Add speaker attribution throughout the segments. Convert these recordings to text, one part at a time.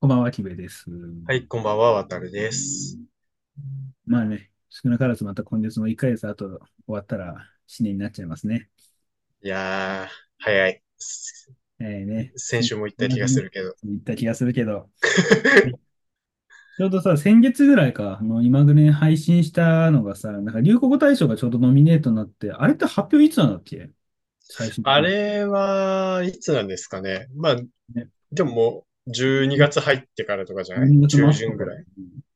Speaker 1: こんばんは、キベです。
Speaker 2: はい、こんばんは、わたるです。
Speaker 1: まあね、少なからずまた今月の1ヶ月後終わったら新年になっちゃいますね。
Speaker 2: いやー、早い。
Speaker 1: えー、ね。
Speaker 2: 先週も言った気がするけど。
Speaker 1: 言った気がするけ ど。ちょうどさ、先月ぐらいか、あの今ぐらい配信したのがさ、なんか流行語大賞がちょうどノミネートになって、あれって発表いつなんだっけ最初
Speaker 2: あれはいつなんですかね。まあ、ね、でももう12月入ってからとかじゃない
Speaker 1: 12月末
Speaker 2: 中旬ぐらい。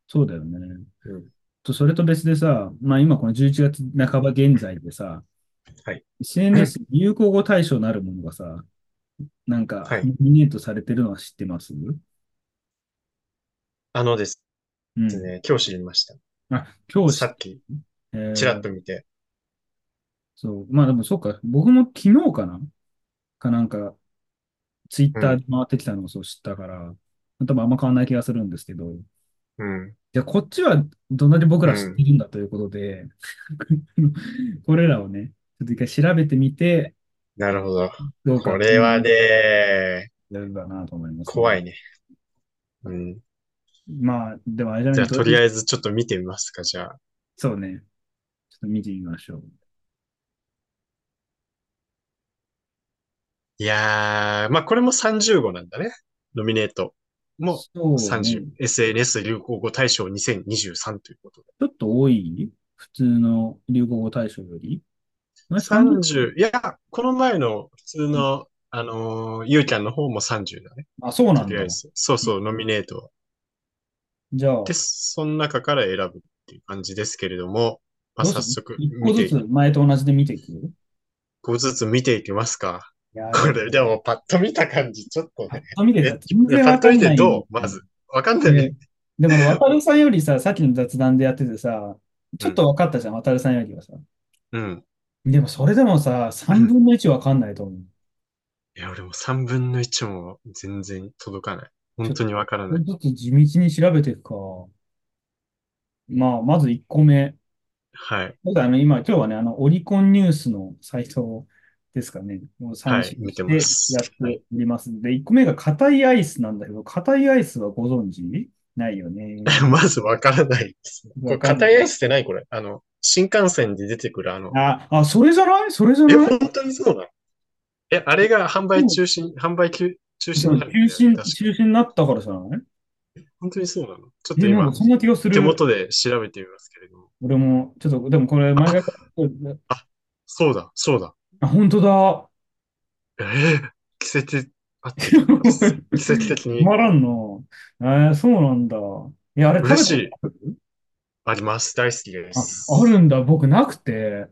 Speaker 1: そうだよね。
Speaker 2: うん。
Speaker 1: と、それと別でさ、まあ今この11月半ば現在でさ、
Speaker 2: はい。
Speaker 1: SNS 流行語大賞なるものがさ、なんか
Speaker 2: はい。
Speaker 1: ノミネートされてるのは知ってます
Speaker 2: あのです
Speaker 1: うん。
Speaker 2: ね、今日知りました。
Speaker 1: あ、今日
Speaker 2: さ
Speaker 1: 知っ、
Speaker 2: ってき、
Speaker 1: え
Speaker 2: ちらっ
Speaker 1: ー
Speaker 2: と見て。
Speaker 1: そう、まあでもそうか、僕も昨日かなかなんか、ツイッ
Speaker 2: う
Speaker 1: ター
Speaker 2: ん、
Speaker 1: で回ってきたのをそう知ったから、多分あんま変わんない気がするんですけど、
Speaker 2: うん、
Speaker 1: じゃあこっちはどんだけ僕
Speaker 2: う
Speaker 1: ら知って
Speaker 2: ん、
Speaker 1: るんだということで、 これらをね、ちょっと一回調べてみて、
Speaker 2: なるほど。
Speaker 1: どう
Speaker 2: こ
Speaker 1: か
Speaker 2: れ
Speaker 1: 金
Speaker 2: は
Speaker 1: 額
Speaker 2: ね、
Speaker 1: やるかなと思います
Speaker 2: 怖
Speaker 1: ね。
Speaker 2: いね。うん。
Speaker 1: まあ、でもあれじゃな
Speaker 2: じゃ
Speaker 1: い
Speaker 2: あ、
Speaker 1: と、
Speaker 2: とり
Speaker 1: い
Speaker 2: あえずちょっと見てみますか、じゃあ。
Speaker 1: そうね、ちょっと見てみましょう。
Speaker 2: いやー、まあ、これも30号なんだね。ノミネートも
Speaker 1: そうね、
Speaker 2: 30。SNS 流行語大賞2023ということで。
Speaker 1: ちょっと多い普通の流行語大賞より。まあ、30、
Speaker 2: 30、いや、この前の普通の、あのーゆうちゃんの方も30だね。
Speaker 1: あ、そうな
Speaker 2: と
Speaker 1: ん
Speaker 2: り
Speaker 1: だ。
Speaker 2: あえず。そうそう、ノミネートは。
Speaker 1: じゃあ、
Speaker 2: で、その中から選ぶっていう感じですけれども、まあ、
Speaker 1: どうす
Speaker 2: 早
Speaker 1: る
Speaker 2: 速
Speaker 1: 一個
Speaker 2: 見
Speaker 1: ず
Speaker 2: て
Speaker 1: つ
Speaker 2: い、
Speaker 1: 前と同じで見ていくい
Speaker 2: 一個ずつ見ていきますか。
Speaker 1: やー、
Speaker 2: こ
Speaker 1: ちょっ
Speaker 2: れ、で
Speaker 1: と、
Speaker 2: も、パッと見た感じ、ちょっと
Speaker 1: パッ
Speaker 2: ね。
Speaker 1: と見て
Speaker 2: え、
Speaker 1: さ、全
Speaker 2: い
Speaker 1: 然
Speaker 2: や、パ
Speaker 1: わ
Speaker 2: ッと
Speaker 1: か
Speaker 2: 見
Speaker 1: ん
Speaker 2: て
Speaker 1: ないん
Speaker 2: ど
Speaker 1: だ
Speaker 2: うま
Speaker 1: よね。
Speaker 2: ず。わかんないね。
Speaker 1: で、でも、渡るさんよりさ、さっきの雑談でやっててさ、ち
Speaker 2: う
Speaker 1: ょっと
Speaker 2: ん、
Speaker 1: わかったじゃん、渡るさんよりはさ。
Speaker 2: うん。
Speaker 1: でも、それでもさ、
Speaker 2: う
Speaker 1: 3
Speaker 2: ん
Speaker 1: 分の1わかんないと思う。
Speaker 2: いや、俺も3分の1も全然届かない。
Speaker 1: ち
Speaker 2: 本
Speaker 1: ょっ
Speaker 2: 当にわから
Speaker 1: と
Speaker 2: ない。
Speaker 1: ずつ地道に調べていくか。まあ、まず1個目。
Speaker 2: はい。
Speaker 1: まずあの、今、今日はね、あの、オリコンニュースのサイトですかね、を参
Speaker 2: はい、
Speaker 1: 照
Speaker 2: 見
Speaker 1: して
Speaker 2: ま
Speaker 1: て
Speaker 2: す。
Speaker 1: やって
Speaker 2: はい。
Speaker 1: おりますんで、1個目が硬いアイスなんだけど、硬いアイスはご存知ないよね。
Speaker 2: まずわからないです ね。こ
Speaker 1: わ
Speaker 2: れ、
Speaker 1: かん
Speaker 2: 硬
Speaker 1: ない
Speaker 2: ア
Speaker 1: い。
Speaker 2: イスってないこれ。あの、新幹線で出てくるあの、
Speaker 1: あ、あ、それじゃないそれじゃ
Speaker 2: え、
Speaker 1: ない
Speaker 2: 本当にそうなのえ、あれが販
Speaker 1: で
Speaker 2: 売
Speaker 1: も、
Speaker 2: 中止、販売休中止
Speaker 1: そ
Speaker 2: に
Speaker 1: う
Speaker 2: なるん
Speaker 1: 中
Speaker 2: だよ
Speaker 1: 心、
Speaker 2: ね。確か。
Speaker 1: 中心になったからじゃない
Speaker 2: 本当にそうなのちょっ
Speaker 1: え、
Speaker 2: と
Speaker 1: なん
Speaker 2: 今、
Speaker 1: かそんな気がす
Speaker 2: 手
Speaker 1: る。
Speaker 2: 元で調べてみますけれども。
Speaker 1: 俺も、ちょっと、でもこれ、前
Speaker 2: あ、
Speaker 1: が、
Speaker 2: あ、そうだ、そうだ。
Speaker 1: あ、本当 だ。
Speaker 2: えー季節、合ってる。 季節的
Speaker 1: た
Speaker 2: に
Speaker 1: まらんの。えーそうなんだ。いや、あれ食
Speaker 2: 嬉
Speaker 1: べ
Speaker 2: した
Speaker 1: こ
Speaker 2: い。
Speaker 1: とある
Speaker 2: あります。大好きで
Speaker 1: あ、あ
Speaker 2: す。
Speaker 1: るんだ。僕なくて。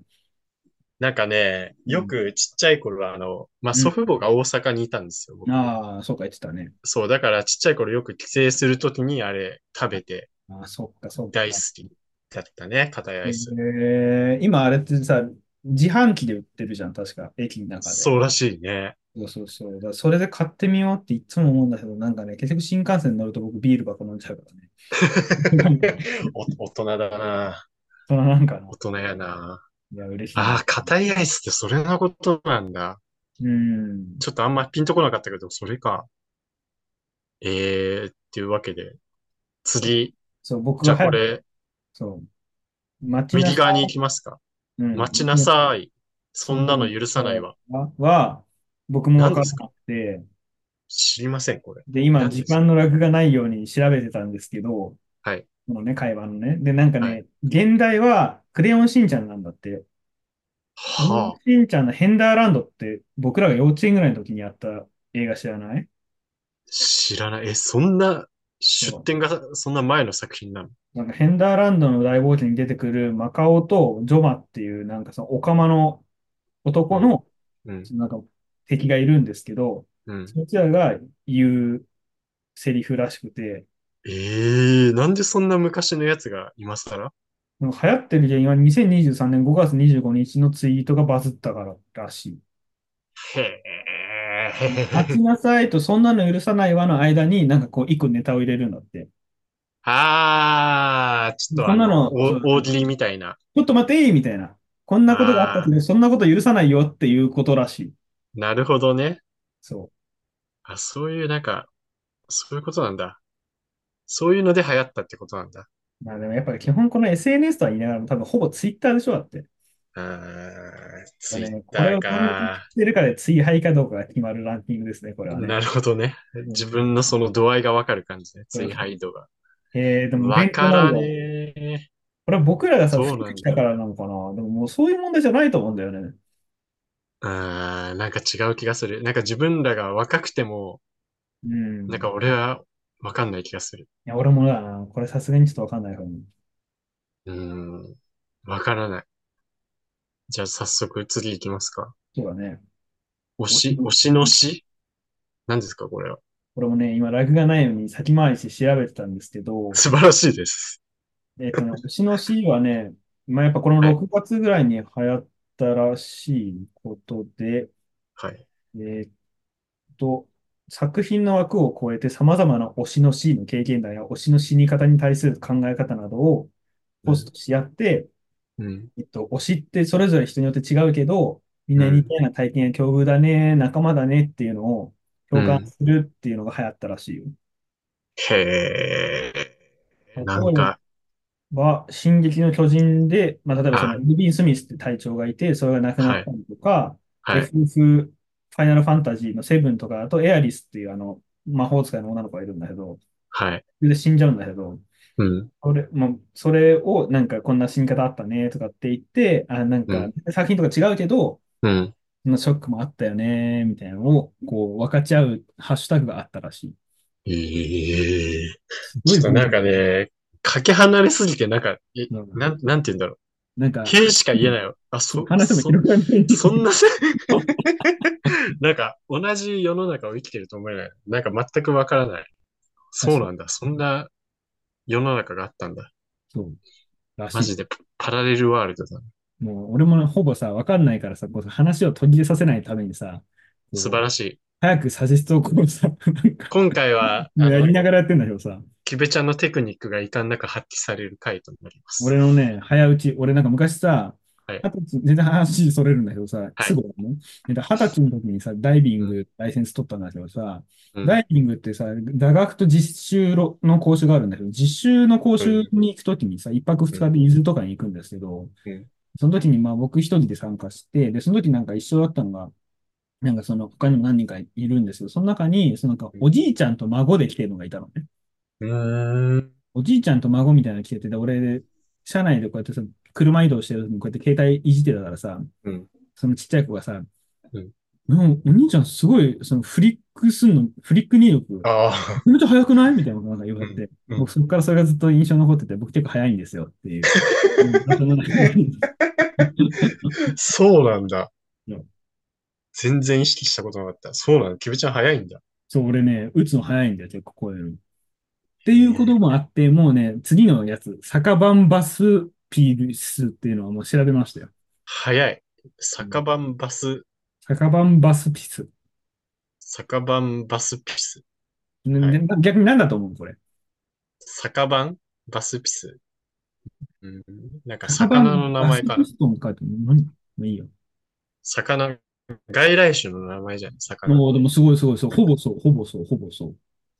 Speaker 2: なんかね、
Speaker 1: う
Speaker 2: よ
Speaker 1: ん。
Speaker 2: くちっちゃい頃は、あの、まあ、
Speaker 1: う
Speaker 2: 祖
Speaker 1: ん。
Speaker 2: 父母が大阪にいたんですよ、僕。
Speaker 1: ああ、そうか、言ってたね。
Speaker 2: そう、だからちっちゃい頃よく帰省するときにあれ食べて
Speaker 1: ああ、そっか、そっ
Speaker 2: 大好
Speaker 1: か。
Speaker 2: きだったね、硬いア
Speaker 1: え
Speaker 2: イス。
Speaker 1: ー今あれってさ、自販機で売ってるじゃん、確か、駅の中で。
Speaker 2: そうらしいね。
Speaker 1: そうそうそう。だからそれで買ってみようっていつも思うんだけど、なんかね、結局新幹線乗ると僕ビールばっか飲んじゃうからね。なんか、
Speaker 2: お、大人だな。
Speaker 1: そのなんかな。
Speaker 2: 大人やな。
Speaker 1: いや、嬉しい
Speaker 2: あ
Speaker 1: な。
Speaker 2: あ、硬いアイスってそれのことなんだ。
Speaker 1: うん。
Speaker 2: ちょっとあんまピンとこなかったけど、それか。ええー、っていうわけで。次。
Speaker 1: そう、僕
Speaker 2: じ
Speaker 1: が
Speaker 2: ゃあ
Speaker 1: 早
Speaker 2: こ
Speaker 1: く、
Speaker 2: れ、
Speaker 1: そう、待ちな
Speaker 2: 右
Speaker 1: さ
Speaker 2: 側に行
Speaker 1: い。
Speaker 2: きますか。
Speaker 1: うん、
Speaker 2: 待ちな
Speaker 1: 皆さん
Speaker 2: さい。そ
Speaker 1: そ
Speaker 2: ん
Speaker 1: んな
Speaker 2: なの
Speaker 1: の
Speaker 2: 許さない
Speaker 1: さ
Speaker 2: わ。
Speaker 1: は、僕もわ
Speaker 2: 何
Speaker 1: から
Speaker 2: です
Speaker 1: な
Speaker 2: か
Speaker 1: くて、
Speaker 2: 知りません、これ。
Speaker 1: で、今、
Speaker 2: 何
Speaker 1: 時
Speaker 2: です
Speaker 1: 間
Speaker 2: か
Speaker 1: の楽がないように調べてたんですけど、
Speaker 2: はい、
Speaker 1: このね、会話のね。で、なんか
Speaker 2: はい。
Speaker 1: ね、現代はクレヨンしんちゃんなんだって。クレヨン
Speaker 2: はあ、
Speaker 1: しんちゃんのヘンダーランドって僕らが幼稚園ぐらいの時にやった映画知らない
Speaker 2: 知らない。え、そんな、出
Speaker 1: そ
Speaker 2: 典がそんな前の作品なの
Speaker 1: う。なんかヘンダーランドの大冒険に出てくるマカオとジョマっていうなんかそのオカマの
Speaker 2: う
Speaker 1: 男
Speaker 2: ん、
Speaker 1: の
Speaker 2: うん、
Speaker 1: そのなんか敵がいるんですけど、
Speaker 2: うん。
Speaker 1: そちらが言うセリフらしくて、
Speaker 2: ええー、なんでそんな昔のやつが今更
Speaker 1: 流行ってる原因は2023年5月25日のツイートがバズったかららしい。
Speaker 2: へ
Speaker 1: 待ち
Speaker 2: え。
Speaker 1: なさいと、そんなの許さないわの間に、なんかこう、一個ネタを入れるんだって。
Speaker 2: ああ、ちょっと
Speaker 1: そ
Speaker 2: あ
Speaker 1: んなの、
Speaker 2: の、
Speaker 1: そう
Speaker 2: お大喜利みたいな。
Speaker 1: ちょっと待ていみたいな。こんなことがあった
Speaker 2: あ
Speaker 1: け
Speaker 2: あ、
Speaker 1: ど、そんなこと許さないよっていうことらしい。
Speaker 2: なるほどね。
Speaker 1: そ
Speaker 2: あ、そういうなんか、そういうことなんだ。そういうので流行ったってことなんだ。
Speaker 1: まあでもやっぱり基本この SNS とは言いながらも多分ほぼツイッターでしょだって。
Speaker 2: あー、ツイッ
Speaker 1: ね、こ
Speaker 2: タ
Speaker 1: れ
Speaker 2: ー
Speaker 1: を完結
Speaker 2: か。
Speaker 1: してるかで追敗かどうかが決まるランキングですね、これは
Speaker 2: な
Speaker 1: ね。
Speaker 2: るほどね。
Speaker 1: う
Speaker 2: 自
Speaker 1: ん
Speaker 2: 分のその度合いがわかる感じね。
Speaker 1: そう
Speaker 2: 追
Speaker 1: そう
Speaker 2: 敗度が。
Speaker 1: えー、でも
Speaker 2: わ
Speaker 1: 勉強
Speaker 2: か
Speaker 1: にな
Speaker 2: ら
Speaker 1: るわ。
Speaker 2: ねえ。
Speaker 1: これは僕らがさ、老
Speaker 2: そう
Speaker 1: け
Speaker 2: な
Speaker 1: てき
Speaker 2: ん
Speaker 1: た
Speaker 2: だ。
Speaker 1: からなのかな。でももうそういう問題じゃないと思うんだよね。
Speaker 2: あー、なんか違う気がする。なんか自分らが若くても、
Speaker 1: う
Speaker 2: なん
Speaker 1: ん。
Speaker 2: か俺はわかんない気がする。
Speaker 1: いや、俺もだな。これさすがにちょっとわかんないかも。
Speaker 2: うーん。わからない。じゃあ早速次行きますか。
Speaker 1: そうだね。推
Speaker 2: 推
Speaker 1: し
Speaker 2: し、推しの死何ですかこれは。
Speaker 1: 俺もね、今、ラグがないように先回りして調べてたんですけど、
Speaker 2: 素晴らしいです。
Speaker 1: えっとね、推しの C はね、まあ、やっぱこの
Speaker 2: はい。
Speaker 1: 6月ぐらいに流行ったらしいことで、
Speaker 2: はい。
Speaker 1: えーっと、作品の枠を超えて様々な推しの C の経験談や推しの死に方に対する考え方などを
Speaker 2: う
Speaker 1: ポス
Speaker 2: ん。
Speaker 1: トし合って、
Speaker 2: うん。
Speaker 1: えっと、推しってそれぞれ人によって違うけど、みん
Speaker 2: う
Speaker 1: な似
Speaker 2: ん。
Speaker 1: たような体験や境遇だね、仲間だねっていうのを
Speaker 2: う
Speaker 1: 共感
Speaker 2: ん。
Speaker 1: するっていうのが流行ったらしいよ。
Speaker 2: へえ。
Speaker 1: 例
Speaker 2: なんか、
Speaker 1: えば、進撃の巨人で、まあ、例えばその、
Speaker 2: あ、
Speaker 1: ルビン・スミスって隊長がいて、それが亡くな
Speaker 2: は
Speaker 1: っ
Speaker 2: い。
Speaker 1: たりとか、
Speaker 2: はい。
Speaker 1: FF、ファイナルファンタジーのセブンとかだと、エアリスっていうあの、魔法使いの女の子がいるんだけど、
Speaker 2: はい。
Speaker 1: それで死んじゃうんだけど、
Speaker 2: うん。
Speaker 1: それ、もう、それをなんかこんな死に方あったねとかって言って、あ、なん
Speaker 2: う
Speaker 1: か
Speaker 2: ん。
Speaker 1: 作品とか違うけど、
Speaker 2: うん。
Speaker 1: そのショックもあったよね、みたいなのを、こう、分かち合うハッシュタグがあったらしい。
Speaker 2: ええ。
Speaker 1: すご
Speaker 2: ち
Speaker 1: い
Speaker 2: ょっと
Speaker 1: 文
Speaker 2: なん
Speaker 1: 化。
Speaker 2: かね、かけ離れすぎて、なんか、え、
Speaker 1: うん、
Speaker 2: なん、なんて言うんだろう。
Speaker 1: なんか、
Speaker 2: へえしか言えないよ。あ、そ、
Speaker 1: 話も
Speaker 2: そ、
Speaker 1: 広がらないんだ
Speaker 2: そ
Speaker 1: け
Speaker 2: ん
Speaker 1: ど。
Speaker 2: な なんか、同じ世の中を生きてると思えない。なんか全くわからない。そう
Speaker 1: 確か
Speaker 2: なんだ。そんな世の中があったんだ。
Speaker 1: そう、ら
Speaker 2: マ
Speaker 1: しい。
Speaker 2: ジでパパラレルワールドだ。
Speaker 1: もう、俺もほぼさ、分かんないからさ、こう話を途切れさせないためにさ、
Speaker 2: 素晴
Speaker 1: こう、
Speaker 2: らしい。
Speaker 1: 早くサジェストをこうさ、なんか、
Speaker 2: 今回は、あ
Speaker 1: や
Speaker 2: の、
Speaker 1: りながらやってんだけどさ、
Speaker 2: キベちゃんのテクニックが遺憾なく発揮される回となります。
Speaker 1: 俺のね、早打ち、俺なんか昔さ、
Speaker 2: はい。
Speaker 1: 二十歳、全然話それるんだけどさ、
Speaker 2: は
Speaker 1: す
Speaker 2: い。
Speaker 1: ぐ終わるのえっと二十歳の時にさ、ダイビ
Speaker 2: う
Speaker 1: ン
Speaker 2: ん。
Speaker 1: グ、ライセンス取ったんだけどさ、
Speaker 2: う
Speaker 1: ダ
Speaker 2: ん。
Speaker 1: イビングってさ、座学と実習の講習があるんだけど、実習の講
Speaker 2: う
Speaker 1: 習
Speaker 2: ん。
Speaker 1: に行くときにさ、一泊
Speaker 2: う
Speaker 1: 二日
Speaker 2: ん。
Speaker 1: で伊豆とかに行くんですけど、
Speaker 2: うん
Speaker 1: その時にまあ僕一人で参加して、で、その時なんか一緒だったのが、なんかその他にも何人かいるんですけど、その中に、そのなんかおじいちゃんと孫で来てるのがいたのね。
Speaker 2: うーん。
Speaker 1: おじいちゃんと孫みたいなの来てて、で、俺、車内でこうやってさ、車移動してる時にこうやって携帯いじってたからさ、
Speaker 2: うん。
Speaker 1: そのちっちゃい子がさ、
Speaker 2: うん。
Speaker 1: うんお兄ちゃんすごい、そのフリックすんの、フリック入力、
Speaker 2: ああ。
Speaker 1: めっちゃ早くないみたいなことなんか言わ
Speaker 2: う
Speaker 1: れ
Speaker 2: ん。
Speaker 1: て、
Speaker 2: う
Speaker 1: 僕
Speaker 2: ん。
Speaker 1: そこからそれがずっと印象に残ってて、僕結構早いんですよっていう。 うん、あとなんか
Speaker 2: そうなんだ。
Speaker 1: そう
Speaker 2: 全然意識したことなかった。そうなんだ。キベちゃん早いんだ。
Speaker 1: そう、俺ね、打つの早いんだよ、結構こういうの。っていうこと
Speaker 2: へ
Speaker 1: もあって、もうね、次のやつ、酒番バスピースっていうのはもう調べましたよ。
Speaker 2: 早い。
Speaker 1: う
Speaker 2: 酒
Speaker 1: ん
Speaker 2: 番バス、
Speaker 1: 酒番バスピス。
Speaker 2: 酒番バスピス。
Speaker 1: ね
Speaker 2: はい。
Speaker 1: ね逆に何だと思うこれ。
Speaker 2: 酒番バスピス。うん。なんか
Speaker 1: 酒
Speaker 2: 魚
Speaker 1: 番
Speaker 2: の名
Speaker 1: バ
Speaker 2: 前
Speaker 1: ス
Speaker 2: か
Speaker 1: ピ
Speaker 2: な。
Speaker 1: スとも書いてある。何まあいいよ。
Speaker 2: 魚、外来種の名前じゃん、魚っ
Speaker 1: もうでも
Speaker 2: て。
Speaker 1: すごいすごい、そう、ほぼそう、ほぼそう、ほぼそう。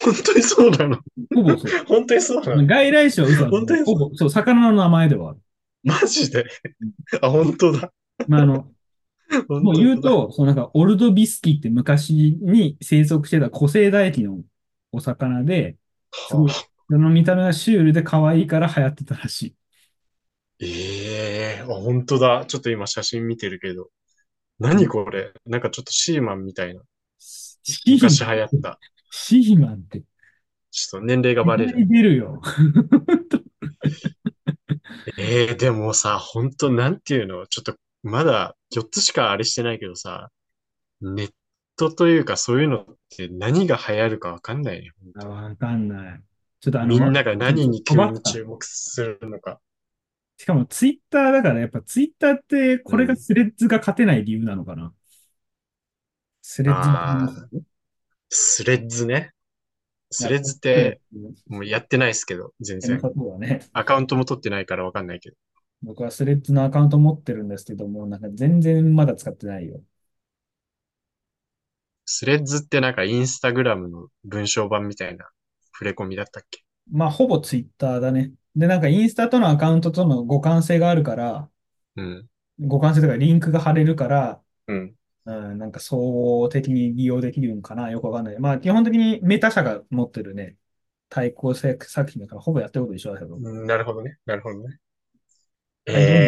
Speaker 2: 本当にそうなの。
Speaker 1: ほぼそう。
Speaker 2: 本当にそうなの。
Speaker 1: 外来種は嘘なんだけ
Speaker 2: 本当
Speaker 1: ど、
Speaker 2: に
Speaker 1: ほ
Speaker 2: そう。
Speaker 1: ぼ、そう、魚の名前ではある。
Speaker 2: マジで。
Speaker 1: うん
Speaker 2: あ、本当だ。
Speaker 1: まあ、あの、
Speaker 2: 本
Speaker 1: もう
Speaker 2: 当
Speaker 1: 言う
Speaker 2: だ。
Speaker 1: と、そのなんか、オルドビスキって昔に生息してた古生唾液のお魚で、す
Speaker 2: は
Speaker 1: ごい、
Speaker 2: あ、
Speaker 1: その見た目がシュールで可愛いから流行ってたらしい。
Speaker 2: ええあ、本当だ。ちょっと今写真見てるけど。
Speaker 1: う
Speaker 2: 何
Speaker 1: ん
Speaker 2: これなんかちょっとシーマンみたいな。
Speaker 1: シー
Speaker 2: 昔
Speaker 1: マン
Speaker 2: 流行
Speaker 1: っ、
Speaker 2: ってた。
Speaker 1: シーマンって、
Speaker 2: ちょっと年齢が
Speaker 1: 世
Speaker 2: バレる
Speaker 1: 代
Speaker 2: ね。
Speaker 1: 出るよ。
Speaker 2: ええでもさ、本当なんていうのちょっとまだ4つしかあれしてないけどさ、ネットというかそういうのって何が流行るかわかんないね、本
Speaker 1: あ
Speaker 2: 当。
Speaker 1: わかんない。ちょっとあ
Speaker 2: みん
Speaker 1: の、
Speaker 2: なが
Speaker 1: ちょっ
Speaker 2: 何
Speaker 1: と
Speaker 2: に
Speaker 1: 飛
Speaker 2: 急
Speaker 1: ばす
Speaker 2: に
Speaker 1: か。
Speaker 2: 注目するのか。
Speaker 1: しかもツイッターだから、やっぱツイッターって
Speaker 2: う
Speaker 1: これが
Speaker 2: ん。
Speaker 1: スレッズが勝てない理由なのかな。スレッズが勝てます
Speaker 2: ああ、スレッズね。ス
Speaker 1: や
Speaker 2: レ
Speaker 1: っ
Speaker 2: ッズっ
Speaker 1: とね、
Speaker 2: て、もうやってないですけど、全
Speaker 1: やめ
Speaker 2: 然。
Speaker 1: た方がね、
Speaker 2: アカウントも取ってないからわかんないけど。
Speaker 1: 僕はスレッズのアカウント持ってるんですけども、なんか全然まだ使ってないよ。
Speaker 2: スレッズってなんかインスタグラムの文章版みたいな触れ込みだったっけ
Speaker 1: まあ、ほぼツイッターだね。で、なんかインスタとのアカウントとの互換性があるから、
Speaker 2: うん。
Speaker 1: 互換性とかリンクが貼れるから、
Speaker 2: うん。
Speaker 1: うん、なんか総合的に利用できるんかな、よくわかんない。まあ、基本的にメタ社が持ってるね、対抗作品だからほぼやってること一緒だけど。
Speaker 2: うんなるほどね。なるほどね。
Speaker 1: あれどうなん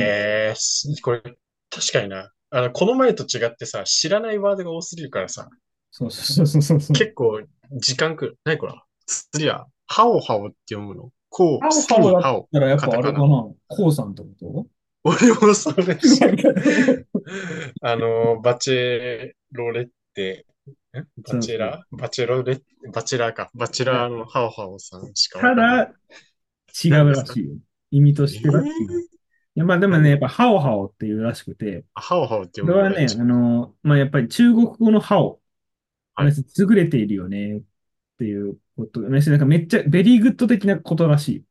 Speaker 2: えー、すこれ、確かにな。あの、この前と違ってさ、知らないワードが多すぎるからさ、
Speaker 1: そうそうそうそうそう。
Speaker 2: 結構時間くる。なにこれ次は、ハオハオって読むの。こう、
Speaker 1: ハオ
Speaker 2: 好
Speaker 1: ハオ
Speaker 2: きに
Speaker 1: だっ
Speaker 2: ハオ、
Speaker 1: たらやっ
Speaker 2: カ
Speaker 1: ぱ
Speaker 2: タ
Speaker 1: あれ
Speaker 2: カ
Speaker 1: か
Speaker 2: ナ。
Speaker 1: な、コウさんってこ
Speaker 2: 俺もそ れ
Speaker 1: と
Speaker 2: し、
Speaker 1: なん か
Speaker 2: あの、バチェロレッテ、んバ
Speaker 1: そう
Speaker 2: チ
Speaker 1: そ
Speaker 2: ェ
Speaker 1: う。
Speaker 2: ラバチェロレッテ、バチェラーか。バチェラーのハオハオさんしかわ
Speaker 1: た
Speaker 2: かんない。
Speaker 1: だ、違
Speaker 2: 何
Speaker 1: う
Speaker 2: で
Speaker 1: ら
Speaker 2: すか
Speaker 1: しいよ。意味と
Speaker 2: え
Speaker 1: しては違う。い
Speaker 2: ー、
Speaker 1: や、まあでもね、やっ
Speaker 2: 何
Speaker 1: ぱハオハオっていうらしくて、
Speaker 2: あハオハオって
Speaker 1: こ
Speaker 2: 読
Speaker 1: れは
Speaker 2: むのが
Speaker 1: ね、
Speaker 2: 一
Speaker 1: あ
Speaker 2: 番。
Speaker 1: の、まあやっぱり中国語のハオ、あ
Speaker 2: は
Speaker 1: れ
Speaker 2: い。
Speaker 1: 優れているよねっていうこと、ね、なんかめっちゃベリーグッド的なことらし い。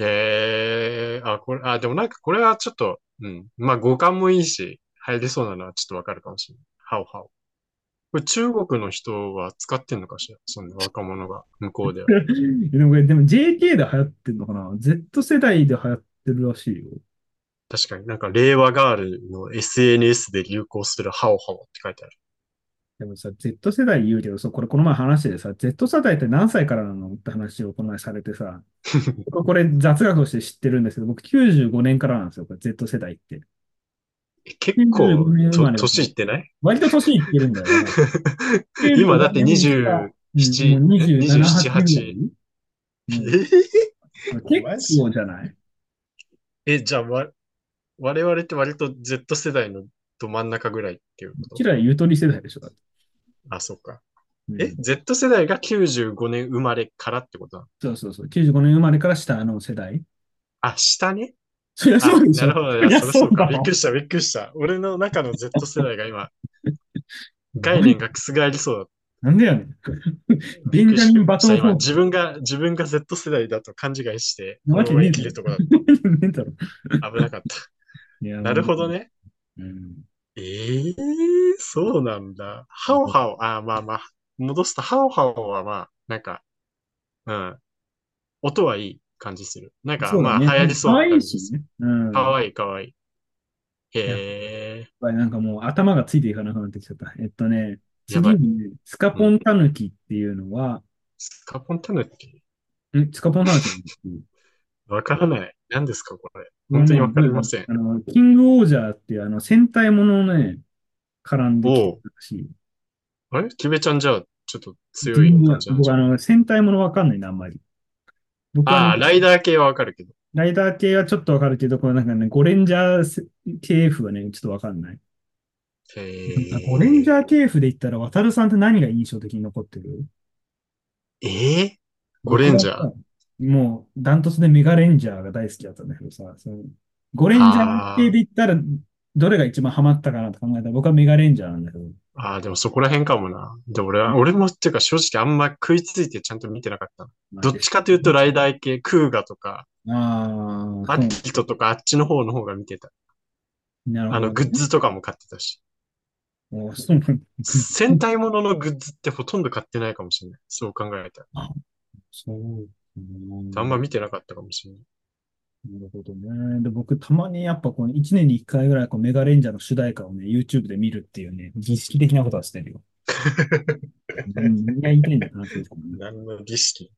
Speaker 2: ええあ、これ、あ、でもなんかこれはちょっと、うん。まあ語感もいいし、入りそうなのはちょっとわかるかもしれない。ハオハオ。これ中国の人は使ってんのかしらそんな若者が、向こう では。
Speaker 1: でもこれ、でも JK で流行ってんのかな ?Z 世代で流行ってるらしいよ。
Speaker 2: 確かになんか令和ガールの SNS で流行するハオハオって書いてある。
Speaker 1: でもさ、Z 世代言うけど、そう、これこの前話しててさ、Z 世代って何歳からなのって話をこの前されてさ、僕これ雑学として知ってるんですけど、僕95年からなんですよ、これ Z 世代って。
Speaker 2: え結
Speaker 1: 95
Speaker 2: 構、
Speaker 1: 年生
Speaker 2: と、
Speaker 1: まれだ
Speaker 2: 年い
Speaker 1: と、
Speaker 2: ってない
Speaker 1: 割と年いってるんだよね。95
Speaker 2: 今だって
Speaker 1: 年か、うん、もう
Speaker 2: 27、
Speaker 1: 27、8
Speaker 2: 27、
Speaker 1: ぐらい
Speaker 2: 8。
Speaker 1: う
Speaker 2: え
Speaker 1: ん。
Speaker 2: ー
Speaker 1: 結
Speaker 2: マジ
Speaker 1: 構じゃない
Speaker 2: え、じゃあ、わ、我々って割と Z 世代のど真ん中ぐらいっていうこ
Speaker 1: うち
Speaker 2: と
Speaker 1: らゆとり世代でしょ、だって。
Speaker 2: あ、そうか。
Speaker 1: う
Speaker 2: え、
Speaker 1: ん。
Speaker 2: Z 世代が95年生まれからってことなの
Speaker 1: そうそうそう。95年生まれから下の世代。
Speaker 2: あ、下 ね
Speaker 1: そりゃそ
Speaker 2: あ、
Speaker 1: うでし
Speaker 2: な
Speaker 1: ょ。
Speaker 2: るほど。
Speaker 1: そ
Speaker 2: いや、
Speaker 1: りゃ
Speaker 2: そりゃ
Speaker 1: そ
Speaker 2: そううか。
Speaker 1: だ
Speaker 2: びっく
Speaker 1: ろ。
Speaker 2: りした、びっくりした。俺の中の Z 世代 が今、概
Speaker 1: なん
Speaker 2: 念が覆りそう
Speaker 1: なんでやねん。
Speaker 2: だ。び
Speaker 1: ベ
Speaker 2: っ
Speaker 1: ンジ
Speaker 2: くり
Speaker 1: ャ
Speaker 2: し
Speaker 1: ミン・バト
Speaker 2: た。
Speaker 1: ン・フ
Speaker 2: 今、
Speaker 1: ォー
Speaker 2: 自分が、自分が Z 世代だと勘違いして、
Speaker 1: な
Speaker 2: こ
Speaker 1: わ
Speaker 2: の
Speaker 1: けねえだ
Speaker 2: まま生き
Speaker 1: ろ。
Speaker 2: るとこだっ
Speaker 1: ねえだろ。
Speaker 2: た。危なかった。
Speaker 1: い や、
Speaker 2: な
Speaker 1: も
Speaker 2: る
Speaker 1: う、
Speaker 2: ほどね。
Speaker 1: うん。
Speaker 2: ええそうなんだ。ハオハオ、あ、まあまあ。戻すと、ハオハオはまあ、なんか、うん、音はいい感じする。なんか、
Speaker 1: そうだ
Speaker 2: ま
Speaker 1: ね。
Speaker 2: あ、
Speaker 1: な
Speaker 2: 流行
Speaker 1: ん
Speaker 2: り
Speaker 1: か
Speaker 2: そ
Speaker 1: 可
Speaker 2: うな
Speaker 1: 愛い
Speaker 2: 感じ
Speaker 1: し
Speaker 2: する。
Speaker 1: ね。う
Speaker 2: か
Speaker 1: ん。
Speaker 2: わいい、かわいい。
Speaker 1: やっ
Speaker 2: へえ、
Speaker 1: ぱりなんかもう頭がついていかなくなってきちゃった。えっとね、
Speaker 2: やば
Speaker 1: 次
Speaker 2: い。
Speaker 1: にね、スカ
Speaker 2: う
Speaker 1: ポ
Speaker 2: ん。
Speaker 1: ンタヌキっていうのは、
Speaker 2: スカポンタヌキ
Speaker 1: んスカポンタヌキっていう。
Speaker 2: わからない。何ですか、これ。
Speaker 1: こ
Speaker 2: 本
Speaker 1: れ
Speaker 2: 当に
Speaker 1: ね、
Speaker 2: わか
Speaker 1: な
Speaker 2: り
Speaker 1: ん
Speaker 2: ま
Speaker 1: か、
Speaker 2: せん。
Speaker 1: あの、キングオージャーっていうあの戦隊もののね、絡んできて
Speaker 2: おう。
Speaker 1: るらしい。
Speaker 2: あれキベちゃんじゃあ、ちょっと強い
Speaker 1: 全然、
Speaker 2: 感じなん
Speaker 1: 僕
Speaker 2: じゃ
Speaker 1: あ
Speaker 2: ない
Speaker 1: の、戦隊ものわかんないな、あんまり。僕はね、
Speaker 2: ああー、ライダー系はわかるけど。
Speaker 1: ライダー系はちょっとわかるけど、これなんかね、ゴレンジャー系譜はね、ちょっとわかんない。あゴレンジャー
Speaker 2: へ
Speaker 1: 系譜で言ったら、渡るさんって何が印象的に残ってる
Speaker 2: え、ええゴレ
Speaker 1: 僕
Speaker 2: ン
Speaker 1: は
Speaker 2: ジャー。
Speaker 1: さ、もうダントツでメガレンジャーが大好きだったんだけどさ、そのゴレンジャー系で
Speaker 2: あ
Speaker 1: 言ったら、どれが一番ハマったかなと考えたら、僕はメガレンジャーなんだけど。
Speaker 2: あ、ああ、でもそこら辺かもな。で、俺は、俺もっていうか正直あんま食いついてちゃんと見てなかったな。
Speaker 1: まあ、
Speaker 2: どっ
Speaker 1: で
Speaker 2: ち
Speaker 1: す。
Speaker 2: かというとライダー系、クーガとか、
Speaker 1: ああ、
Speaker 2: ア
Speaker 1: そ
Speaker 2: キ
Speaker 1: う。
Speaker 2: トとかあっちの方の方が見てた。
Speaker 1: なる
Speaker 2: あ
Speaker 1: ほ
Speaker 2: の、
Speaker 1: ど
Speaker 2: グッ
Speaker 1: ね。
Speaker 2: ズとかも買ってたし。
Speaker 1: おそうなんだ。
Speaker 2: 戦隊もののグッズってほとんど買ってないかもしれない。そう考えたら。
Speaker 1: あ、そうか
Speaker 2: あんま
Speaker 1: な。
Speaker 2: 見てなかったかもしれない。
Speaker 1: なるほどね。で、僕、たまにやっぱこの1年に1回ぐらいこうメガレンジャーの主題歌をね、YouTube で見るっていうね、儀式的なことはして るよ。うん、いや、言いたいんだな、そうですね。
Speaker 2: 何の儀式
Speaker 1: い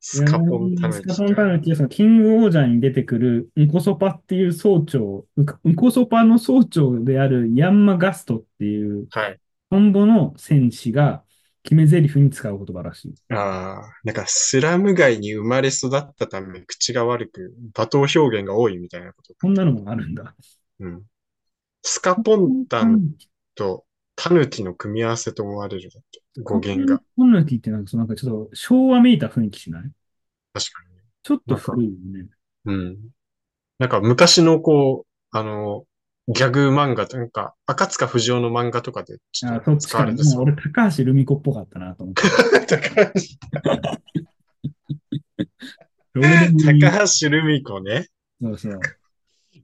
Speaker 2: ス
Speaker 1: や
Speaker 2: カポン
Speaker 1: ー、
Speaker 2: タ
Speaker 1: スカポン
Speaker 2: ヌキ
Speaker 1: タ
Speaker 2: か。
Speaker 1: ヌキはそのキングオージャーに出てくるンコソパっていう総長、ウカンコソパの総長であるヤンマガストっていう
Speaker 2: はい。
Speaker 1: トンボの戦士が決め台詞に使う言葉らしい。
Speaker 2: ああ、なんかスラム街に生まれ育ったため口が悪く罵倒表現が多いみたいなこと
Speaker 1: こ
Speaker 2: 書い
Speaker 1: ん
Speaker 2: て
Speaker 1: なのもあるんだ。
Speaker 2: ある。うん。スカ
Speaker 1: スカ
Speaker 2: ポ
Speaker 1: ポ
Speaker 2: ン
Speaker 1: ン
Speaker 2: タ
Speaker 1: タ
Speaker 2: ン
Speaker 1: ヌキ、
Speaker 2: とタヌキの組み合わせと思われるだっけ
Speaker 1: スカポ
Speaker 2: 語源
Speaker 1: ン
Speaker 2: が。
Speaker 1: タヌキってなんかそのなんかちょっと昭和めいた雰囲気しない
Speaker 2: 確かに。
Speaker 1: ちょっと
Speaker 2: なんか、
Speaker 1: 古いよね。
Speaker 2: うん。なんか昔のこう、あの、ギャグ漫画、なんか、赤塚不二夫の漫画とかでちょ
Speaker 1: あ、
Speaker 2: っ
Speaker 1: そ
Speaker 2: と
Speaker 1: っち
Speaker 2: 使
Speaker 1: か。
Speaker 2: われて
Speaker 1: もう
Speaker 2: そう。
Speaker 1: 俺、高橋留美子っぽかったなと思って。
Speaker 2: 高橋、
Speaker 1: どうでもいい。
Speaker 2: 高橋留美子ね。
Speaker 1: そうそう。あ